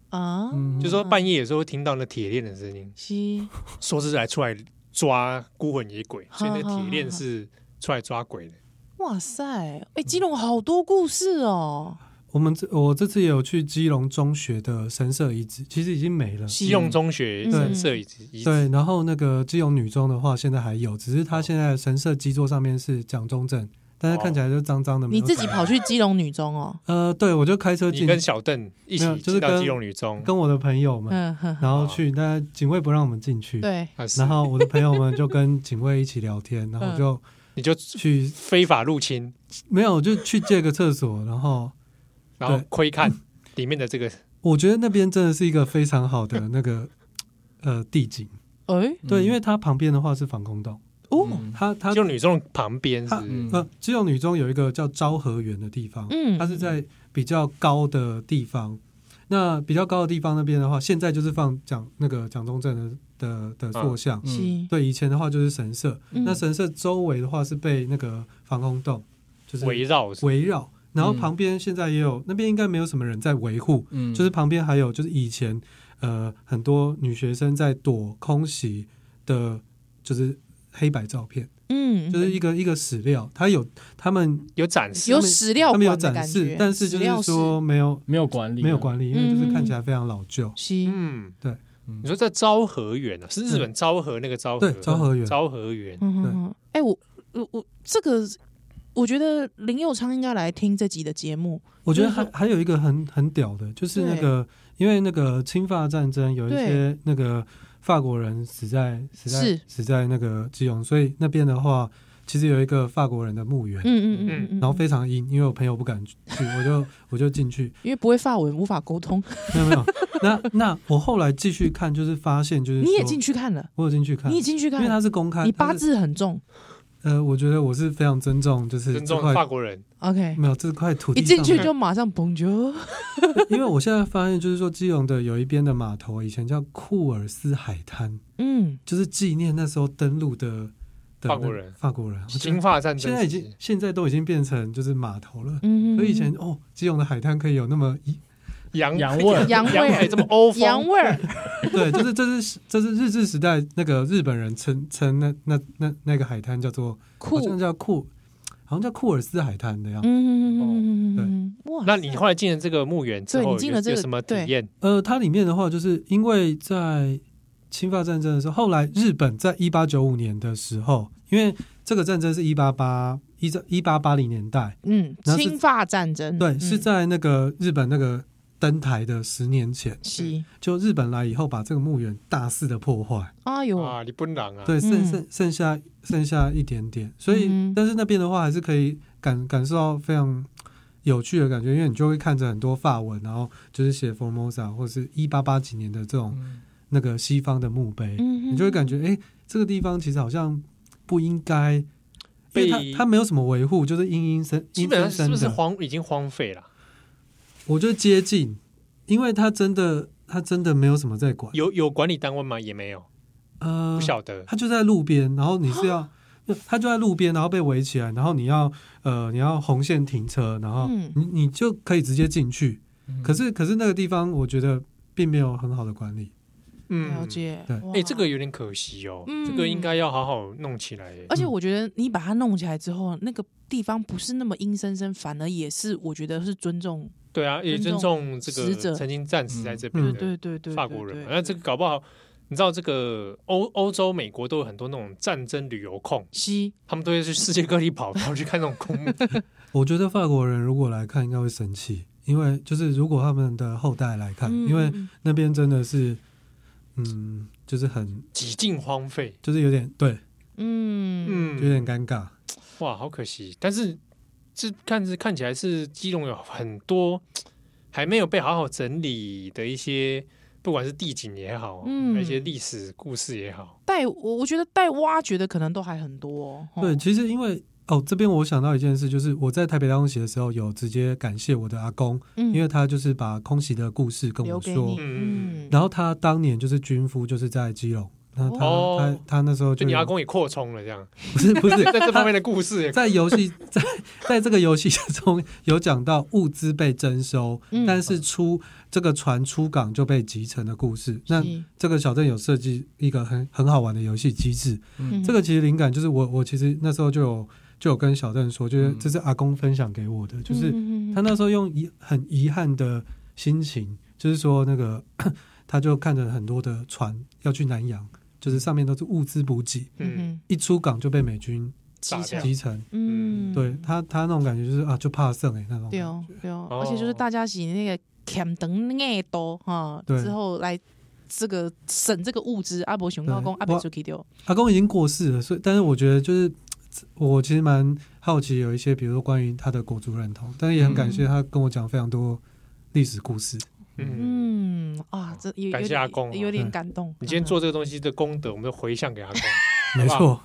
A: 啊，
D: 嗯
B: 就说半夜有时候会听到那铁链的声音，
A: 西
B: 说是来出来抓孤魂野鬼，所以那铁链是出来抓鬼的。
A: 哇塞，哎、基隆好多故事哦，
C: 我们这我这次也有去基隆中学的神社遗址，其实已经没了。
A: 西
B: 基隆中学
A: 嗯
B: 神社遗址遗址
C: 对，然后那个基隆女中的话，现在还有，只是它现在的神社基座上面是蒋中正，但是看起来就脏脏的。没
A: 你
C: 有
A: 自己
C: 什么
A: 跑去基隆女中哦，
C: 呃，对我就开车
B: 你
C: 进，
B: 跟小邓一
C: 没有
B: 起
C: 就是
B: 进到
C: 跟
B: 基隆女中，
C: 跟我的朋友们，
A: 嗯哼，
C: 然后去，但警卫不让我们进去。
A: 对，
B: 啊是
C: 然后我的朋友们就跟警卫一起聊天，然后就
B: 你就
C: 去
B: 非法入侵，
C: 没有就去借个厕所，然后
B: 然后
C: 对
B: 窥看里面的这个
C: 我觉得那边真的是一个非常好的那个呃地景，
A: 哎、
C: 嗯对，因为它旁边的话是防空洞，
A: 哦，
D: 嗯
C: 它它
B: 基隆女中旁边是
C: 她
B: 不
C: 呃基隆女中有一个叫昭和园的地方，
A: 嗯
C: 它是在比较高的地方。那比较高的地方那边的话，现在就是放蒋那个蒋中正的的的塑像，
D: 嗯
A: 西，
C: 对，以前的话就是神社，
A: 嗯
C: 那神社周围的话是被那个防空洞就是
B: 围绕是不是
C: 围绕，然后旁边现在也有，那边应该没有什么人在维护，
D: 嗯
C: 就是旁边还有就是以前呃很多女学生在躲空袭的，就是黑白照片，
A: 嗯，
C: 就是一个一个史料，它有他们
B: 有展示，
A: 有史料
C: 他们有
A: 馆的
C: 展
A: 感
C: 示
A: 觉，，
C: 但是
A: 史
C: 就
A: 料
C: 是说没有
D: 没有管
A: 啊
D: 理，啊
C: 没有，管
A: 嗯
C: 理，因为就是看起来非常老旧。
A: 西，
B: 嗯，
C: 对嗯
D: 嗯
B: 你说在昭和园啊，是日本昭和那个昭和，
C: 对，昭和园，
B: 昭和园，
A: 嗯哼哼，哎、我我我这个，我觉得林佑昌应该来听这集的节目，
C: 我觉得
A: 就是
C: 还还有一个很很屌的，就是那个因为那个侵法战争有一些那个法国人死在死
A: 是
C: 在死在那个基隆，所以那边的话，其实有一个法国人的墓园，
A: 嗯嗯嗯嗯嗯，
C: 然后非常阴，因为我朋友不敢去，我就 我就进去，
A: 因为不会发文无法沟通，
C: 没有没有。那那我后来继续看，就是发现就是
A: 你也
C: 说
A: 进，去看了，
C: 我有进去看，
A: 你也进去
C: 因
A: 看
C: 为它
A: 了，
C: 是公开，
A: 你
C: 它
A: 八
C: 是
A: 字很重，
C: 呃，我觉得我是非常尊重，就是
B: 尊
C: 这
B: 重
C: 块
B: 法国人，
A: OK，
C: 没有这块土地
A: 一进
C: 上
A: 去
C: 面
A: 就马上蹦就，
C: 因为我现在发现，就是说基隆的有一边的码头，以前叫库尔斯海滩，
A: 嗯，
C: 就是纪念那时候登陆的的那
B: 法国人
C: 法国人。我觉
B: 新
C: 得
B: 法战争
C: 现在已
B: 时期
C: 经现在都已经变成就是码头了。
A: 嗯，
C: 可以前哦，基隆的海滩可以有那么一
B: 洋
D: 洋味儿
A: 洋味儿
B: 哎这么欧风，
A: 洋味儿，
C: 对，就是这是这是日治时代那个日本人称称那那那那个海滩叫做好像
A: 酷，
C: 叫库，好像叫库尔斯海滩的样子。
A: 嗯，嗯，哇
B: 那你后来进了这个墓园之
A: 对
B: 后，
A: 你进了
B: 有
A: 这个
B: 有什么体
A: 对
B: 验？
C: 呃，它里面的话，就是因为在侵法战争的时候，后来日本在一八九五年的时候，因为这个战争是一八八一一八八零年代，
A: 嗯，
C: 然后是
A: 侵法战争，
C: 对，
A: 嗯
C: 是在那个日本那个登台的十年前，
A: 是，
C: 就日本来以后把这个墓园大肆的破坏，
A: 哎呦，
B: 啊，你不能啊，
C: 对，剩
A: 嗯
C: 剩剩下剩下一点点，所以、
A: 嗯哼
C: 但是那边的话还是可以感感受到非常。有趣的感觉，因为你就会看着很多法文，然后就是写 Formosa 或是一八八几年的这种
B: 嗯
C: 那个西方的墓碑，
A: 嗯
C: 你就会感觉，哎、这个地方其实好像不应该，因为它
B: 被
C: 它没有什么维护，就是阴阴森
B: 基
C: 阴
B: 本上
C: 森
B: 是不是
C: 森的。
B: 荒已经荒废了？
C: 我就接近，因为它真的它真的没有什么在管，
B: 有有管理单位吗？也没有，
C: 呃
B: 不，晓得。
C: 它就在路边，然后你 是要。它就在路边，然后被围起来，然后你要呃，你要红线停车，然后
A: 嗯
C: 你你就可以直接进去。可是可是那个地方，我觉得并没有很好的管理。
A: 了解，
C: 对
A: 哇
B: 哎、这个有点可惜哦，
A: 嗯呃
B: 这个应该要好好弄起来耶。
A: 而
C: 嗯
A: 且我觉得你把它弄起来之后，那个地方不是那么阴森森，反而也是我觉得是尊重，
B: 对啊，也尊
A: 尊
B: 重这
A: 死
B: 个
A: 者嗯
B: 曾经战死在这边
C: 嗯
A: 对
B: 的、
A: 对对对，
B: 法国人嘛。
A: 对
B: 那这个搞不好，你知道这个欧欧洲、美国都有很多那种战争旅游控，
A: 西
B: 他们都会去世界各地跑，然后去看那种公 墓。
C: 我觉得法国人如果来看，应该会生气，因为就是如果他们的后代来看，
A: 嗯
C: 因为
A: 嗯
C: 那边真的是，嗯，就是很，
B: 几近荒废，
C: 就是有点对，
A: 嗯
C: 有
B: 嗯，
C: 点尴尬。
B: 哇，好可惜。但是这看是看起来是基隆有很多还没有被好好整理的一些，不管是地景也好，
A: 嗯
B: 还有一些历史故事也好，
A: 带我我觉得带挖掘的可能都还很多哦，
C: 对，
A: 哦
C: 其实因为哦，这边我想到一件事，就是我在台北大空袭的时候，有直接感谢我的阿公，
A: 嗯
C: 因为他就是把空袭的故事跟
A: 留
C: 我
A: 给
C: 说
A: 你，，
B: 嗯
A: 嗯，
C: 然后他当年就是军夫，就是在基隆。那他、
B: 哦
C: 他他那时候
B: 就
C: 就
B: 你阿
C: 有
B: 公也扩充了这 样，
C: 不是不是
B: 嗯欸在这方面的故事 也
C: 在游戏在在这个游戏中有讲到物资被征收，
A: 嗯
C: 但是出这个船出港就被集成的故事。那
A: 是
C: 这个小镇有设计一个很很好玩的游戏机制，
A: 嗯
C: 这个其实灵感就是我我其实那时候就有就有跟小镇说，就是
D: 嗯
C: 这是阿公分享给我的，就是
A: 嗯嗯嗯
C: 他那时候用遗很遗憾的心情，就是说那个 他就看着很多的船要去南洋，就是上面都是物资补给，
B: 嗯
A: 嗯
C: 一出港就被美军
B: 炸掉
C: 集成。
A: 啊嗯
C: 对他，他那种感觉就是啊，就怕剩哎、那种
A: 对
C: 感
A: 哦
C: 觉。
A: 对哦，
B: 哦
A: 而且就是大家洗那个砍等爱多哈，
C: 对
A: 之后来这个省这个物资，阿伯熊高工
C: 对
A: 阿伯
C: 我
A: 出去丢，
C: 阿公已经过世了，所以但是我觉得就是我其实蛮好奇有一些，比如说关于他的国族认同，但是也很感谢
A: 嗯
C: 他跟我讲非常多历史故事。
B: 嗯。
A: 嗯啊，这有
B: 感
A: 有
B: 谢阿公啊
A: 点有点
C: 对
A: 感动。
B: 你今天做这个东西的功德，我们都回向给阿公。
C: 没错，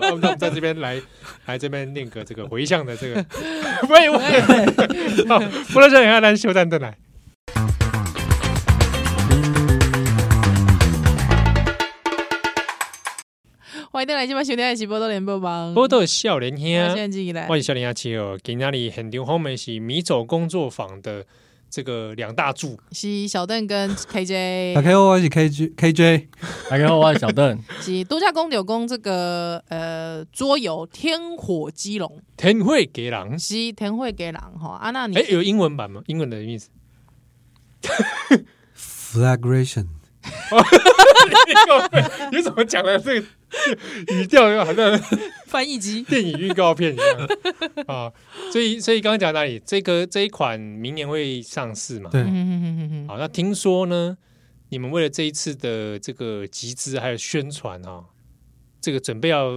B: 那我们在这边来来这边念个这个回向的这 个，喂喂，嗯好，不能这样，来修战的来。
A: 欢迎大家来今晚收听的是《波多连播帮》，
B: 波豆笑脸
A: 我
B: 兄啊
A: 现，在进来
B: 我，是笑脸阿七哦。今天里很牛后面是米走工作坊的这个两大柱，
A: 是小邓跟
C: 打
A: KJ，
C: 开 O 一起 KJ KJ，
D: 大家好，我是小邓。
A: 是度假公九公这个呃桌游《天火鸡笼
B: 天会给狼》，。
A: 是天会给狼哈啊，那你
B: 哎，有英文版吗？英文的意 思？
C: flagration，
B: 哎你怎么讲的这个 语调又好像
A: 翻译机
B: 电影预告片一样啊？所以，所以刚刚讲到哪里？这个这一款明年会上市嘛？
C: 对
A: 嗯嗯嗯嗯 嗯
B: 好，那听说呢，你们为了这一次的这个集资还有宣传啊、这个准备要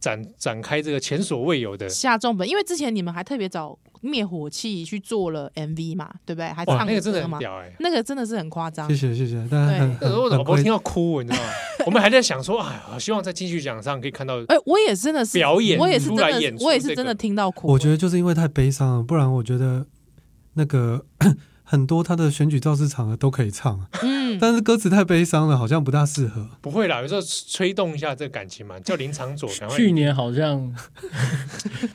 B: 展展开这个前所未有的
A: 嗯，下重本，因为之前你们还特别找灭火器去做了 MV 嘛，对不对？还
B: 哇，
A: 唱
B: 那个真的
A: 歌
B: 很
A: 嘛，
B: 屌 哎！
A: 那个真的是很夸张
C: 谢。谢谢谢，但很
B: 那时候我
C: 很
B: 老
C: 很
B: 婆听
C: 亏，
B: 到哭，你知道吗？我们还在想说，哎，好希望在金曲奖上可以看到
A: 哎、我也真的是
B: 表演
A: 我也是
B: 出
A: 真
B: 来
A: 的
B: 演，出
A: 我也是
B: 这
A: 真
B: 个
A: 的听到哭、
C: 我觉得就是因为太悲伤了，不然我觉得那个 很多他的选举造势场合都可以唱，啊
A: 嗯，
C: 但是歌词太悲伤了，好像不大适合。
B: 不会啦，有时候吹动一下这个感情嘛，叫林长佐，赶快
D: 去年 好像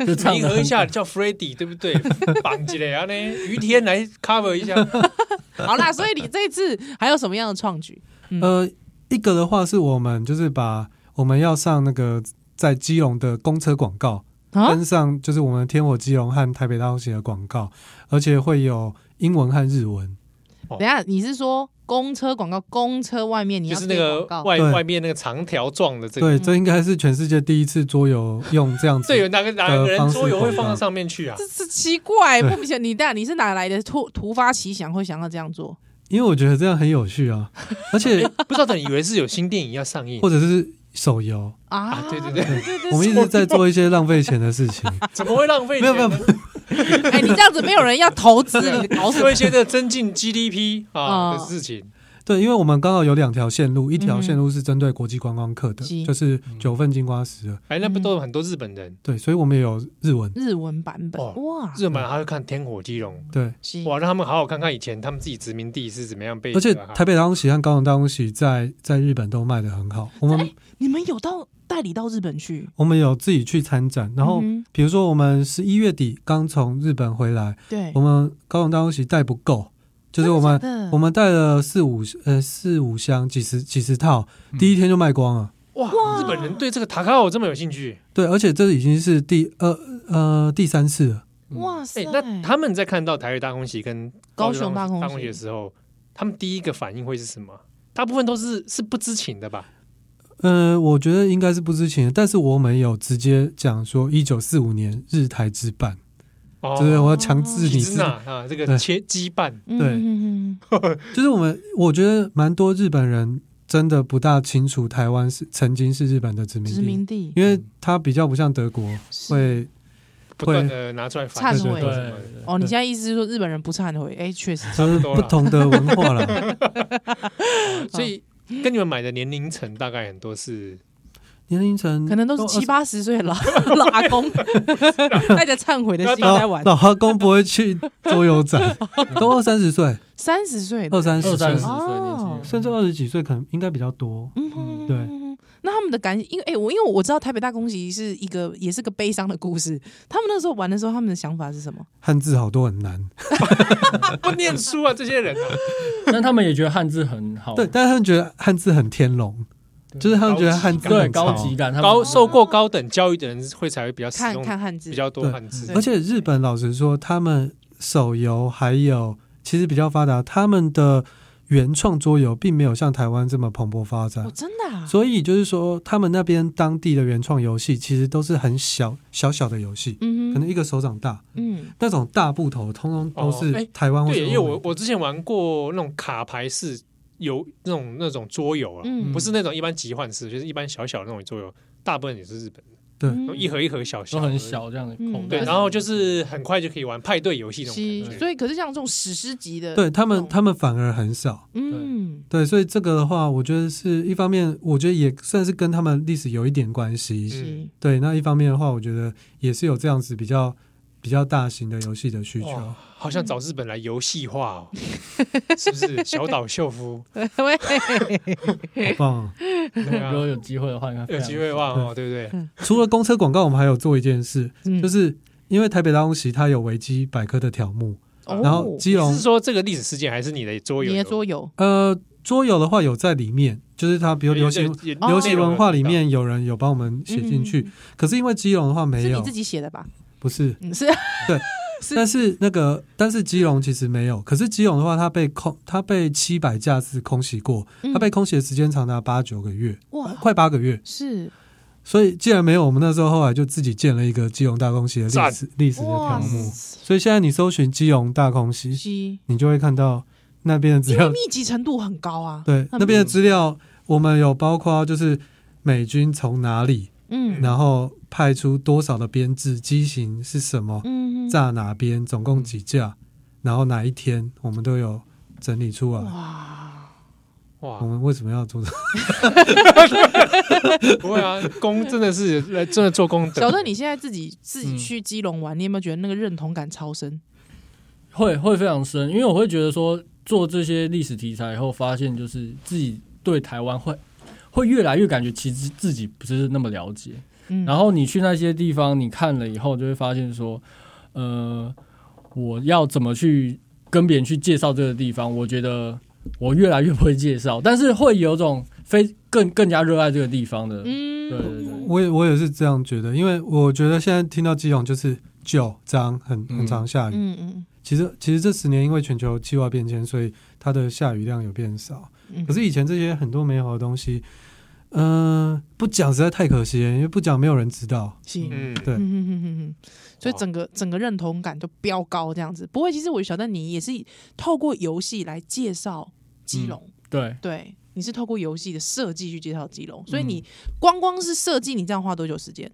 D: 就唱
B: 迎合
D: 的
B: 一下，叫 f r e d d y 对不 对？绑起来啊呢，于天来 cover 一下，
A: 好啦，所以你这次还有什么样的创举？
C: 呃，一个的话是我们就是把我们要上那个在基隆的公车广告，
A: 啊
C: 跟上就是我们天火基隆和台北大空袭的广告，而且会有英文和日文。
A: 等一下，你是说公车广告？公车外面你
B: 就
A: 要
B: 是那
A: 贴
B: 个
A: 广告
B: 外
C: 对
B: 外面那个长条状的这个，
C: 对，这应该是全世界第一次桌游用 这样子
B: 这。有哪个哪个
C: 呃
B: 人
C: 方式
B: 桌游会放
C: 广
B: 到
C: 告
B: 上面去啊？
A: 这是奇怪，
C: 对
A: 莫名其妙。你但你是哪来的突突发奇想，会想要这样做？
C: 因为我觉得这样很有趣啊，而且
B: 不知道等以为是有新电影要上映
C: 或，者是手游，
A: 啊
B: 啊对对对
A: 对
C: 我们一直在做一些浪费钱的事情。
B: 怎么会浪费
C: 没
B: 钱呢？
C: 有没有
A: 对， 哎，你这样子没有人要投资，你搞什
B: 做
A: 么
B: 一？些的增进 GDP 啊
A: 啊
B: 的事情，
C: 对，因为我们刚好有两条线路，一条
A: 嗯
C: 线路是针对国际观光客的，
A: 是
C: 就是九份金瓜石的。
B: 哎，那不都有很多日本人？
C: 对，所以我们也有日文。
A: 日文版本
B: 哦
A: 哇，
B: 日本人还会看《天火鸡龙
C: 对，》，
A: 是
B: 哇，让他们好好看看以前他们自己殖民地是怎么样被。
C: 而且台北大东喜和高雄大东喜在在日本都卖的很好。我们
A: 你们有到代理到日本去？
C: 我们有自己去参展，然后
A: 嗯哼
C: 比如说我们十一月底刚从日本回来，
A: 对
C: 我，们高雄大东喜带不够，就是我们
A: 哎真的假的
C: 我们带了四五呃四五箱几十几十套，第一天就卖光了。
B: 哇，日本人对这个塔卡奥这么有兴趣。
C: 对，而且这已经是第二呃第三次了。
A: 哇塞
B: 哎，，那他们在看到台北大空袭跟
A: 啊高雄大空袭
B: 大空袭的时候，他们第一个反应会是什么？大部分都是是不知情的吧？
C: 呃，我觉得应该是不知情的，但是我们有直接讲说一九四五年日台之办，
B: 哦
C: 就是我要强制你
B: 体
C: 自
B: 制呐啊，这个
C: 对
B: 切羁绊
A: 嗯
C: 对
A: 嗯嗯嗯
C: 就是我们，我觉得蛮多日本人真的不大清楚台湾是曾经是日本的殖民
A: 殖
C: 地，
A: 民地嗯
C: 因为它比较不像德国
A: 是
C: 会
B: 不断的拿出来反
A: 忏悔
B: 对
D: 对
B: 对对，
A: 哦，你现在意思是说日本人不忏悔？哎，确实，
C: 就是
B: 多啦
C: 不同的文化 了。
B: 所以跟你们买的年龄层大概很多是
C: 年龄层
A: 可能都是
C: 二
A: 七
C: 十
A: 八十岁的老老阿 公，带着忏悔的心在
C: 老
A: 玩。
C: 老阿公不会去桌 游展，都二三十岁，
A: 三十岁的
C: 二三
D: 二
C: 十
D: 三
C: 岁
D: 十，岁年轻
A: 哦
D: 人，
C: 甚至二十几岁，可能应该比较多。
A: 嗯，
C: 对
A: 对。那他们的感，因为哎、我因为我知道台北大空袭是一个，也是个悲伤的故事。他们那时候玩的时候，他们的想法是什么？
C: 汉字好多很难，
B: 不念书 啊，这些人啊，
D: 但他们也觉得汉字很好，
C: 对，但是他们觉得汉字很天龙， 就是他们觉得汉字
D: 对
C: 很
D: 高
C: 潮
D: 级。感，他们
B: 高受过高等教育的人会才会比较使
A: 看
B: 用
A: 看汉字
B: 比，较多
C: 对
B: 汉字
A: 对
C: 而且日本老实说，他们手游还有其实比较发达，他们的原创桌游并没有像台湾这么蓬勃发
A: 哦，
C: 展。
A: 真的、啊，
C: 所以就是说，他们那边当地的原创游戏其实都是很小小小的游戏，
A: 嗯
C: 可
A: 哼，
C: 能一个手掌大，
A: 嗯，
C: 那种大部头通通都
B: 哦哎
C: 是台湾或
B: 对，
C: 者
B: 因为我我之前玩过那种卡牌式游那种那种桌游啊，
A: 嗯
B: 不是那种一般集换式，就是一般小小的那种桌游，大部分也是日本的，
C: 对
B: 那种一盒一盒小小
D: 都
B: 的
D: 很，小这样的口
A: 嗯
D: 袋
B: 对，然后就是很快就可以玩派对游戏那种
A: 是
B: 感，觉。
A: 所以可是像这种史诗级的，
C: 对他们
A: 这种
C: 他们反而很少。
A: 嗯，
C: 对，所以这个的话，我觉得是一方面，我觉得也算是跟他们历史有一点关系。
B: 嗯
A: 是
C: 对，那一方面的话，我觉得也是有这样子比较比较大型的游戏的需求
B: 哇。，好想找日本来游戏化哦，是不是？小岛秀夫，
A: 喂，
C: 好棒哦！
B: 对
D: 如果
B: 啊，
D: 有机会的话，应该非
B: 有
D: 常
B: 机会哇哦，对不对？
C: 除了公车广告，我们还有做一件事，
A: 嗯
C: 就是因为台北大空袭它有维基百科的条目，然后基
B: 你
C: 隆
B: 是说这个历史事件还是你的桌
A: 哦
B: 游？
A: 你的桌游，
C: 呃桌游的话有在里面，就是它比如流行
B: 也
A: 哦
C: 流行文化里，面有人有帮我们写进去，
A: 嗯
C: 可是因为基隆的话没
A: 是你
C: 有
A: 自，己写的吧？
C: 不是。
A: 嗯，是是
C: 但是那个，但是基隆其实没有。可是基隆的话，它被空，它被七百架次空袭过，它被空袭的时间长达八九个月，
A: 嗯哇
C: 呃快八个月。
A: 是
C: 所以既然没有，我们那时候后来就自己建了一个基隆大空袭的历史历史的条
A: 哇
C: 目。所以现在你搜寻基隆大空袭，
A: 西，
C: 你就会看到那边的资
A: 因为
C: 料。
A: 密集程度很高啊，
C: 对，那边的资料我们有包括就是美军从哪里，
A: 嗯
C: 然后派出多少的编制，机型是什么，
A: 嗯，
C: 炸哪边，总共几架，然后哪一天，我们都有整理出来。
A: 哇，
C: 我
B: 哇，
C: 们为什么要做这？
B: 不会啊，功真的是来真的做功德
A: 小。邓，你现在自己自己去基隆玩，你有没有觉得那个认同感超深？
D: 会会非常深，因为我会觉得说做这些历史题材以后，发现就是自己对台湾会会越来越感觉其实自己不是那么了解。
A: 嗯，
D: 然后你去那些地方，你看了以后就会发现说，呃，我要怎么去跟别人去介绍这个地方？我觉得我越来越不会介绍，但是会有种非更更加热爱这个地方的。对
A: 嗯，
D: 对对，
C: 我也我也是这样觉得，因为我觉得现在听到基隆就是九张很很常下雨，
A: 嗯嗯
C: 其实其实这十年因为全球气候变迁，所以它的下雨量有变少。
A: 嗯，
C: 可是以前这些很多美好的东西，嗯、不讲实在太可惜了，因为不讲没有人知道。
A: 是
B: 嗯，
C: 对
A: 嗯嗯嗯嗯，嗯，所以
B: 哇
A: 整个整个认同感就飙高这样子。不过其实我晓得你也是透过游戏来介绍基隆，
D: 对，
A: 对，你是透过游戏的设计去介绍基隆，所以你光光是设计，你这样花多久时间？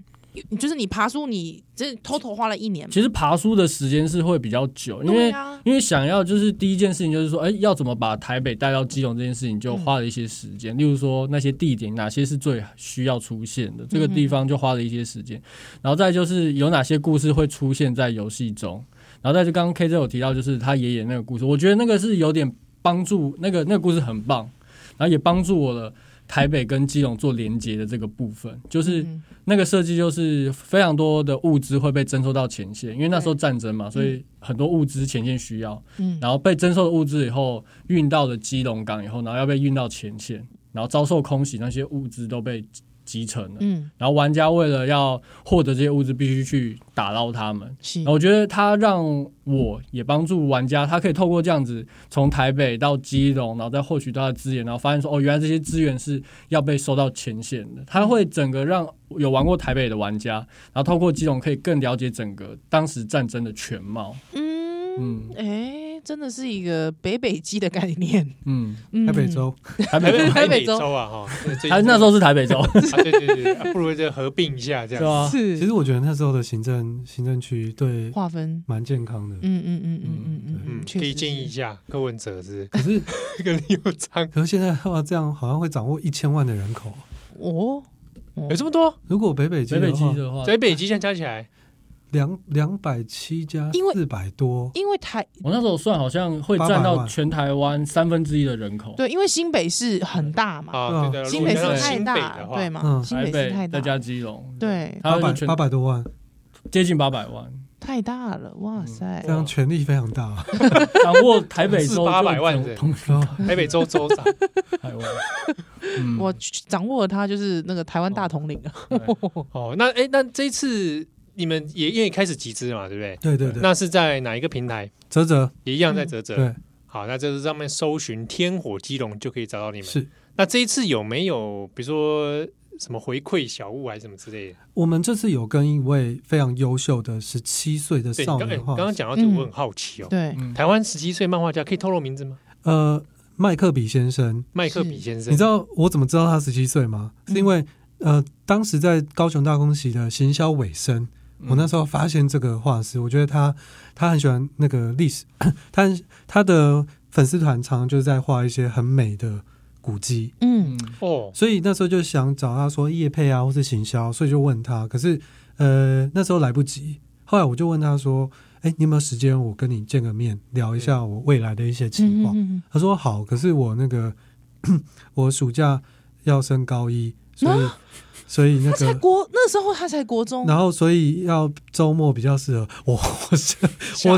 A: 你就是你爬树，你这偷偷花了一年嘛，
D: 其实爬书的时间是会比较久，因
A: 对
D: 为
A: 啊，
D: 因为想要就是第一件事情就是说，哎、要怎么把台北带到基隆这件事情，就花了一些时间。例如说那些地点，哪些是最需要出现的，这个地方就花了一些时间。然后再就是有哪些故事会出现在游戏中，然后再就刚刚 K 这有提到，就是他爷爷那个故事，我觉得那个是有点帮助，那个那个故事很棒，然后也帮助我了。台北跟基隆做连接的这个部分，就是
A: 嗯
D: 那个设计就是非常多的物资会被征收到前线，因为那时候
A: 对
D: 战争嘛，所以很多物资前线需要。
A: 嗯
D: 然后被征收的物资以后运到了基隆港以后，然后要被运到前线，然后遭受空袭，那些物资都被集成了。
A: 嗯
D: 然后玩家为了要获得这些物资，必须去打捞他们。
A: 是
D: 然后我觉得他让我也帮助玩家，他可以透过这样子从台北到基隆，然后再获取到的资源，然后发现说哦，原来这些资源是要被收到前线的。他会整个让有玩过台北的玩家，然后透过基隆可以更了解整个当时战争的全貌。
A: 嗯，
D: 嗯
A: 哎、真的是一个北北基的概念，
D: 嗯，
A: 嗯
C: 台北州，
D: 台
B: 台
D: 北
A: 台
B: 北台
A: 北
B: 北
A: 州
B: 州啊，哈，
D: 他那时候是台北州，
B: 候，啊对对对，啊不如就合并一下这样。
D: 对 吧？
A: 是
C: 啊其实我觉得那时候的行政行政区对
A: 划分，
C: 蛮健康的。
A: 嗯嗯嗯嗯嗯嗯
B: 嗯，
A: 嗯，
B: 可
A: 确
B: 以
A: 实
B: 建议一
A: 是
B: 下柯文哲是
C: 可是
B: 不是跟李友昌
C: 可是现在的话，这样好像会掌握一千万的人口。
A: 哦，哦
B: 有这么多？
C: 如果北北基
D: 北北
C: 的
D: 基
C: 话，
D: 的话，
B: 在北极现在加起来，
C: 两两百七加
A: 因为
C: 四百多，
A: 因为台
D: 我那时候算好像会占
C: 800
D: 到
C: 万
D: 全台湾三分之一的人口，
A: 对，因为新北市很大嘛，
B: 啊，对
C: 对
B: 对，
A: 新北市
B: 如果加上
A: 太
B: 新北
A: 大
B: 的，话
A: 对，嘛？
C: 嗯
A: 新
D: 台
A: 北市太
D: 北
A: 大
D: 再，加基隆，，
A: 对，
D: 它
C: 八
D: 会
C: 百
D: 全
C: 八百多万，
D: 接近八百万，
A: 太大了，哇塞
C: 这！样权力非常大、啊。
D: 掌握台北州
B: 400万
D: 就
B: 人
D: 统统
C: 然后
B: 台北州州长，
D: 台湾。嗯
A: 我掌握了它，就是那个台湾大统领啊，
C: 嗯
B: 哦，那哎，那这一次你们也因为开始集资了嘛，对不对？
C: 对对对，
B: 那是在哪一个平台？
C: 泽泽
B: 也一样在泽泽。
C: 对
B: 好，那就是上面搜寻“天火基隆”就可以找到你们。
C: 是
B: 那这一次有没有比如说什么回馈小物还是什么之类的？
C: 我们这次有跟一位非常优秀的十七岁的
B: 对，你
C: 少
B: 刚哎
C: 年
B: 刚
C: 画
B: 刚
C: 家，
B: 讲到这个，
A: 嗯
B: 我很好奇哦。
A: 对，
D: 嗯
B: 台湾十七岁漫画家可以透露名字吗？
C: 呃，麦克比先生，
B: 麦克比先生，
C: 你知道我怎么知道他十七岁吗？
A: 嗯
C: 是因为呃，当时在高雄大空袭的行销尾声，
B: 嗯
D: 嗯
C: 我那时候发现这个画师，我觉得他他很喜欢那个历史， 他很他的粉丝团常常就是在画一些很美的古迹，
A: 嗯
D: 嗯，
B: 哦，
C: 所以那时候就想找他说业配啊，或是行销，所以就问他。可是呃那时候来不及，后来我就问他说：“哎、你有没有时间？我跟你见个面，聊一下我未来的一些计划。
A: 嗯
C: 他说：“好。”可是我那个我暑假要升高一，所以、
A: 啊
C: 所以那
A: 他才
C: 个。
A: 国那时候他才国中，
C: 然后，所以要周末比较适合我。 我是我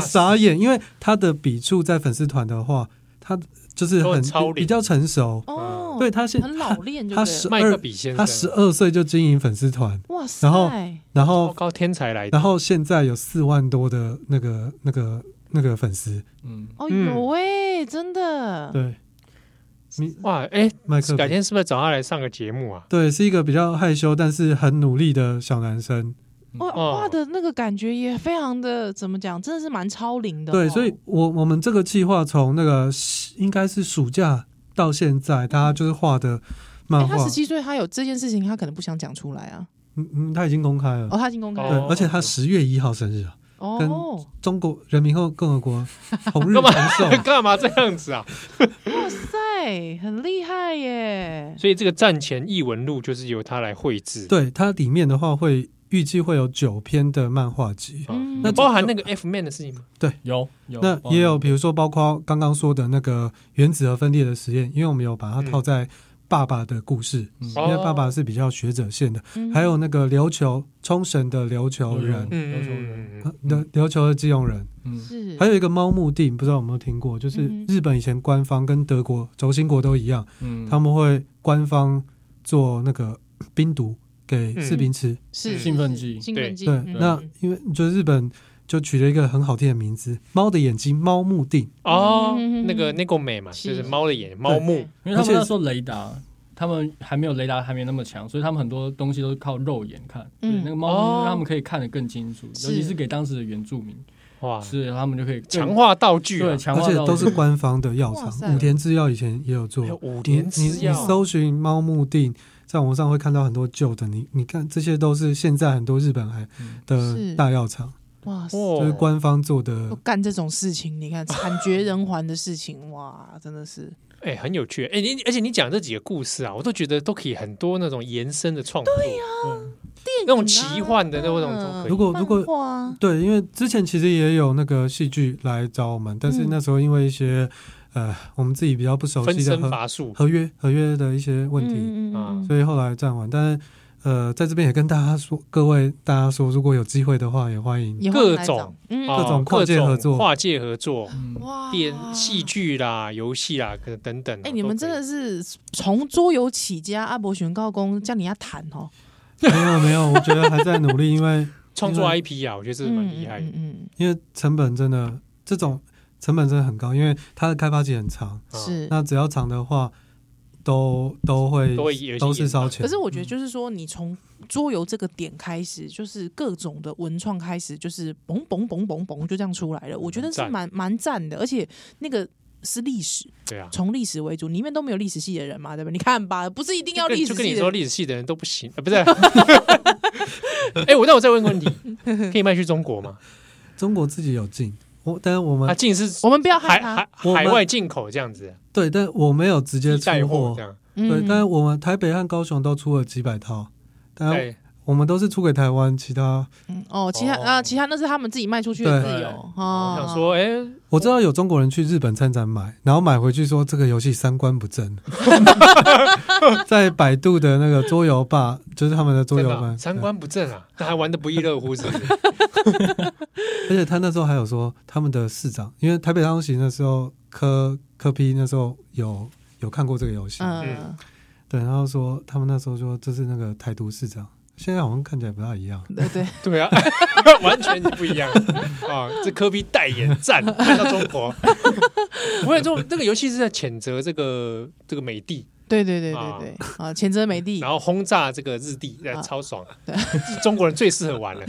B: 吓死
C: 傻眼，因为他的笔触在粉丝团的话，他就是
B: 都很
C: 很
B: 超龄
C: 比较成熟。
A: 哦，
C: 对，他现
A: 很老练就
C: 他
A: 对了
C: 十
B: 麦克
C: 二
B: 比先生，
C: 他十二岁就经营粉丝团，
A: 哇塞，
C: 然后然
B: 高
C: 后
B: 高天才来的
C: 然，后现在有四万多的那个那个那个粉丝，
D: 嗯，
A: 哦
B: 嗯
A: 有哎，真的，
C: 对，你
B: 哇，哎，
C: 麦克
B: 改
C: 比
B: 天是不是找他来上个节目啊？
C: 对是一个比较害羞但是很努力的小男生，
A: 哇
B: 哦
A: 画的那个感觉也非常的怎么讲，真的是蛮超龄的哦，
C: 对，所以我我们这个计划从那个应该是暑假到现在，大家就是画的
A: 哎
C: 漫
A: 他
C: 画
A: 十，七岁，他有这件事情，他可能不想讲出来啊，
C: 嗯嗯，他已经公开了
A: 哦，，他已经公开
C: 对
A: 了，
B: 哦，
C: 而且他十月一号生日啊，
A: 哦，
C: 中国人民共共 和国红日
B: 干嘛，
C: 红寿
B: 干嘛这样子啊？
A: 哇塞，很厉害耶！
B: 所以这个战前异闻录就是由他来绘制，，
C: 对它里面的话会预计会有九篇的漫画集，
A: 嗯
B: 那包含那个 F man 的事情吗？
D: 有有，哦
C: 那也有比如说包括刚刚说的那个原子核分裂的实验，因为我们有把它套在爸爸的故事，
D: 嗯
B: 哦
C: 因为爸爸是比较学者线的，
A: 嗯
C: 还有那个琉球冲绳的琉球人，
B: 嗯，
C: 啊琉琉球的基隆人，
D: 嗯，
A: 是
C: 还有一个猫墓地，不知道有没有听过，就是
A: 嗯哼
C: 日本以前官方跟德国轴心国都一样，
D: 嗯，
C: 他们会官方做那个冰毒给士兵吃。
A: 是
B: 嗯
A: 是
D: 兴奋
A: 是
D: 剂
A: 兴奋剂。
C: 对，
A: 嗯
C: 那因为就日本就取了一个很好听的名字，猫的眼睛猫墓地，
B: 哦
A: 嗯，
B: 那个那个美嘛，
A: 是
B: 就是猫的眼猫目，
D: 因为他
C: 而且
D: 们那时候雷达，他们还没有雷达还没那么强，所以他们很多东西都是靠肉眼看，
A: 嗯
D: 对那个猫
B: 哦
D: 咪让他们可以看得更清楚，
A: 是
D: 尤其是给当时的原住民，
C: 哦
B: 哇，
D: 是他们就可以更
B: 强化道具啊
D: 对，强
C: 而
D: 化
C: 且
D: 到
C: 都是官方的药
A: 哇
C: 厂，
A: 塞
C: 武田制药以前也有做
B: 还有。五
C: 你
B: 年
C: 你
B: 之
C: 你
B: 药，
C: 搜寻猫墓地，在网上会看到很多旧的，你你看这些都是现在很多日本还
D: 嗯
C: 的
A: 是
C: 大药厂，
A: 哇塞，
C: 就是
B: 哦，
C: 官方做的
A: 都干这种事情，你看惨绝人寰的事情，哇，真的是
B: 哎，很有趣，哎，你而且你讲这几个故事啊，我都觉得都可以很多那种延伸的创作，对呀，
D: 嗯
B: 那种奇幻的
A: 啊
B: 那种都可以
C: 如。果如果
A: 漫画啊
C: 对，因为之前其实也有那个戏剧来找我们，但是
A: 嗯
C: 那时候因为一些、呃我们自己比较不熟
B: 分
C: 悉的
B: 身
C: 合
B: 乏术，
C: 合约合约的一些问题，
A: 嗯嗯嗯嗯
C: 所以后来暂缓。但是呃，在这边也跟大家说，各位大家说，如果有机会的话，也欢迎。
A: 也会
B: 各
A: 来找
B: 种
A: 嗯
B: 啊
C: 各种跨界合作
B: 跨界合作，
D: 嗯
A: 哇
B: 电戏剧啦、游戏啦，可等等啊。
A: 哎、你们
B: 都
A: 真
B: 可以
A: 的是从桌游起家，阿伯选高工叫你要谈哦，
C: 没有啊没有，我觉得还在努力，因为
B: 创作
C: 因为
B: IP 啊，我觉得这蛮厉害的
A: 嗯。嗯
C: 因为成本真的这种成本真的很高，因为它的开发期很长，
A: 嗯，
B: 啊
A: 是。
C: 那只要长的话，都都
A: 嗯
C: 会
B: 都会有一些
C: 都是烧钱
A: 可。是我
B: 嗯
A: 觉得，就是说，你从桌游这个点开始，就是各种的文创开始，就是嘣嘣嘣嘣嘣就这样出来了。我觉得是
B: 赞
A: 蛮蛮赞的，而且那个是历史，
B: 对啊，
A: 从历史为主，里面都没有历史系的人嘛，对吧？你看吧，不是一定要
B: 就跟
A: 历史
B: 就跟
A: 系
B: 你
A: 的
B: 说
A: 人。
B: 历史系的人都不行，啊，不是？ 哎，我那我再问个问 题，可以卖去中国吗？
C: 中国自己有进，我但是我们
B: 啊，进是
A: 我们不要害
B: 海
A: 他，
B: 海
C: 我们
B: 海外进口这样子，
C: 对，但我没有直接出
B: 带货这样。
C: 对，
A: 嗯，
C: 但我们台北和高雄都出了几百套，但
B: 哎，
C: 我们都是出给台湾，其他
A: 嗯哦，其他
B: 哦
A: 啊，其他那是他们自己卖出去的
C: 对
A: 自由
B: 我
A: 啊。
B: 想说，哎，
C: 我知道有中国人去日本参展买，然后买回去说这个游戏三观 不正，在百度的那个桌游吧，就是他们的桌
B: 真
C: 游
B: 的啊
C: 吧，
B: 三观不正啊，那还玩的不亦乐乎，是 不是？
C: 对。而且他那时候还有说他们的市长，因为台北当行那时候科科批那时候有有看过这个游戏，
A: 嗯，
C: 对，然后说他们那时候说这是那个台独市长，现在好像看起来不大一样。
A: 对对，
B: 对啊， 完全不一样啊！这科比代言赞看到中国， 我想说这个游戏是在谴责这个这个美帝，
A: 对对对
B: 啊
A: 对对啊！前车没地
B: 然，后轰炸这个日帝，哎
A: 啊
B: 超爽，
A: 对
B: 是 中国人最适合玩 了。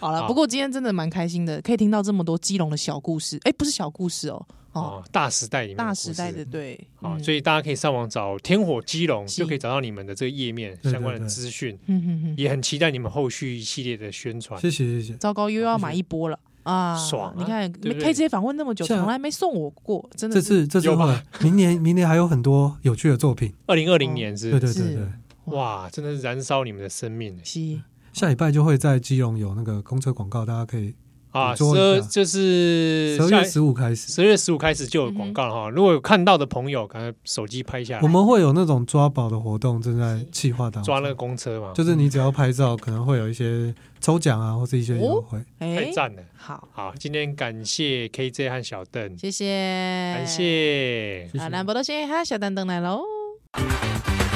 A: 好了。
B: 好
A: 不过今天真的蛮开心的，可以听到这么多基隆的小故事，哎，不是小故事哦，哦，
B: 哦，大时代里面的
A: 大
B: 故事
A: 时代的对，
B: 啊，
A: 嗯
B: 所以大家可以上网找《天火基隆》，
A: 是
B: 就可以找到你们的这个页面
C: 对对
B: 相关的
C: 对
B: 资讯，
A: 哼哼哼，
B: 也很期待你们后续一系列的宣
A: 嗯
B: 传。
C: 谢谢谢谢，
A: 糟糕，又要买一波了啊！
B: 爽啊
A: 你看
B: 对不对
A: K 姐访问那么久，
C: 像
A: 从来没送我过，真
C: 这
A: 的是
C: 次这次
B: 有吧
C: 后来明年明年还有很多有趣的作品，
B: 二零二零年是
C: 哦对对
A: 是
C: 对对。
B: 哇，真的是燃烧你们的生命
A: 是
C: 下礼拜就会在基隆有那个公车广告，大家可以
B: 啊！
C: 你
B: 十
C: 说一
B: 二
C: 下
B: 就是
C: 十二
B: 下
C: 月十五开始，
B: 十月十五开始就有广告了哈、如果有看到的朋友，赶快手机拍下
C: 我
B: 来，
C: 们会有那种抓宝的活动正在企划当中，
B: 抓那个公车嘛，
C: 就是你只要拍照，可能会有一些抽奖啊，或是一些优惠。
A: 哎
B: 太，赞了。
A: 好，
B: 好，今天感谢 KJ 和小邓，
A: 谢谢，
B: 感谢。
D: 谢谢
A: 啊，兰博多谢哈，小丹登来喽。
D: 谢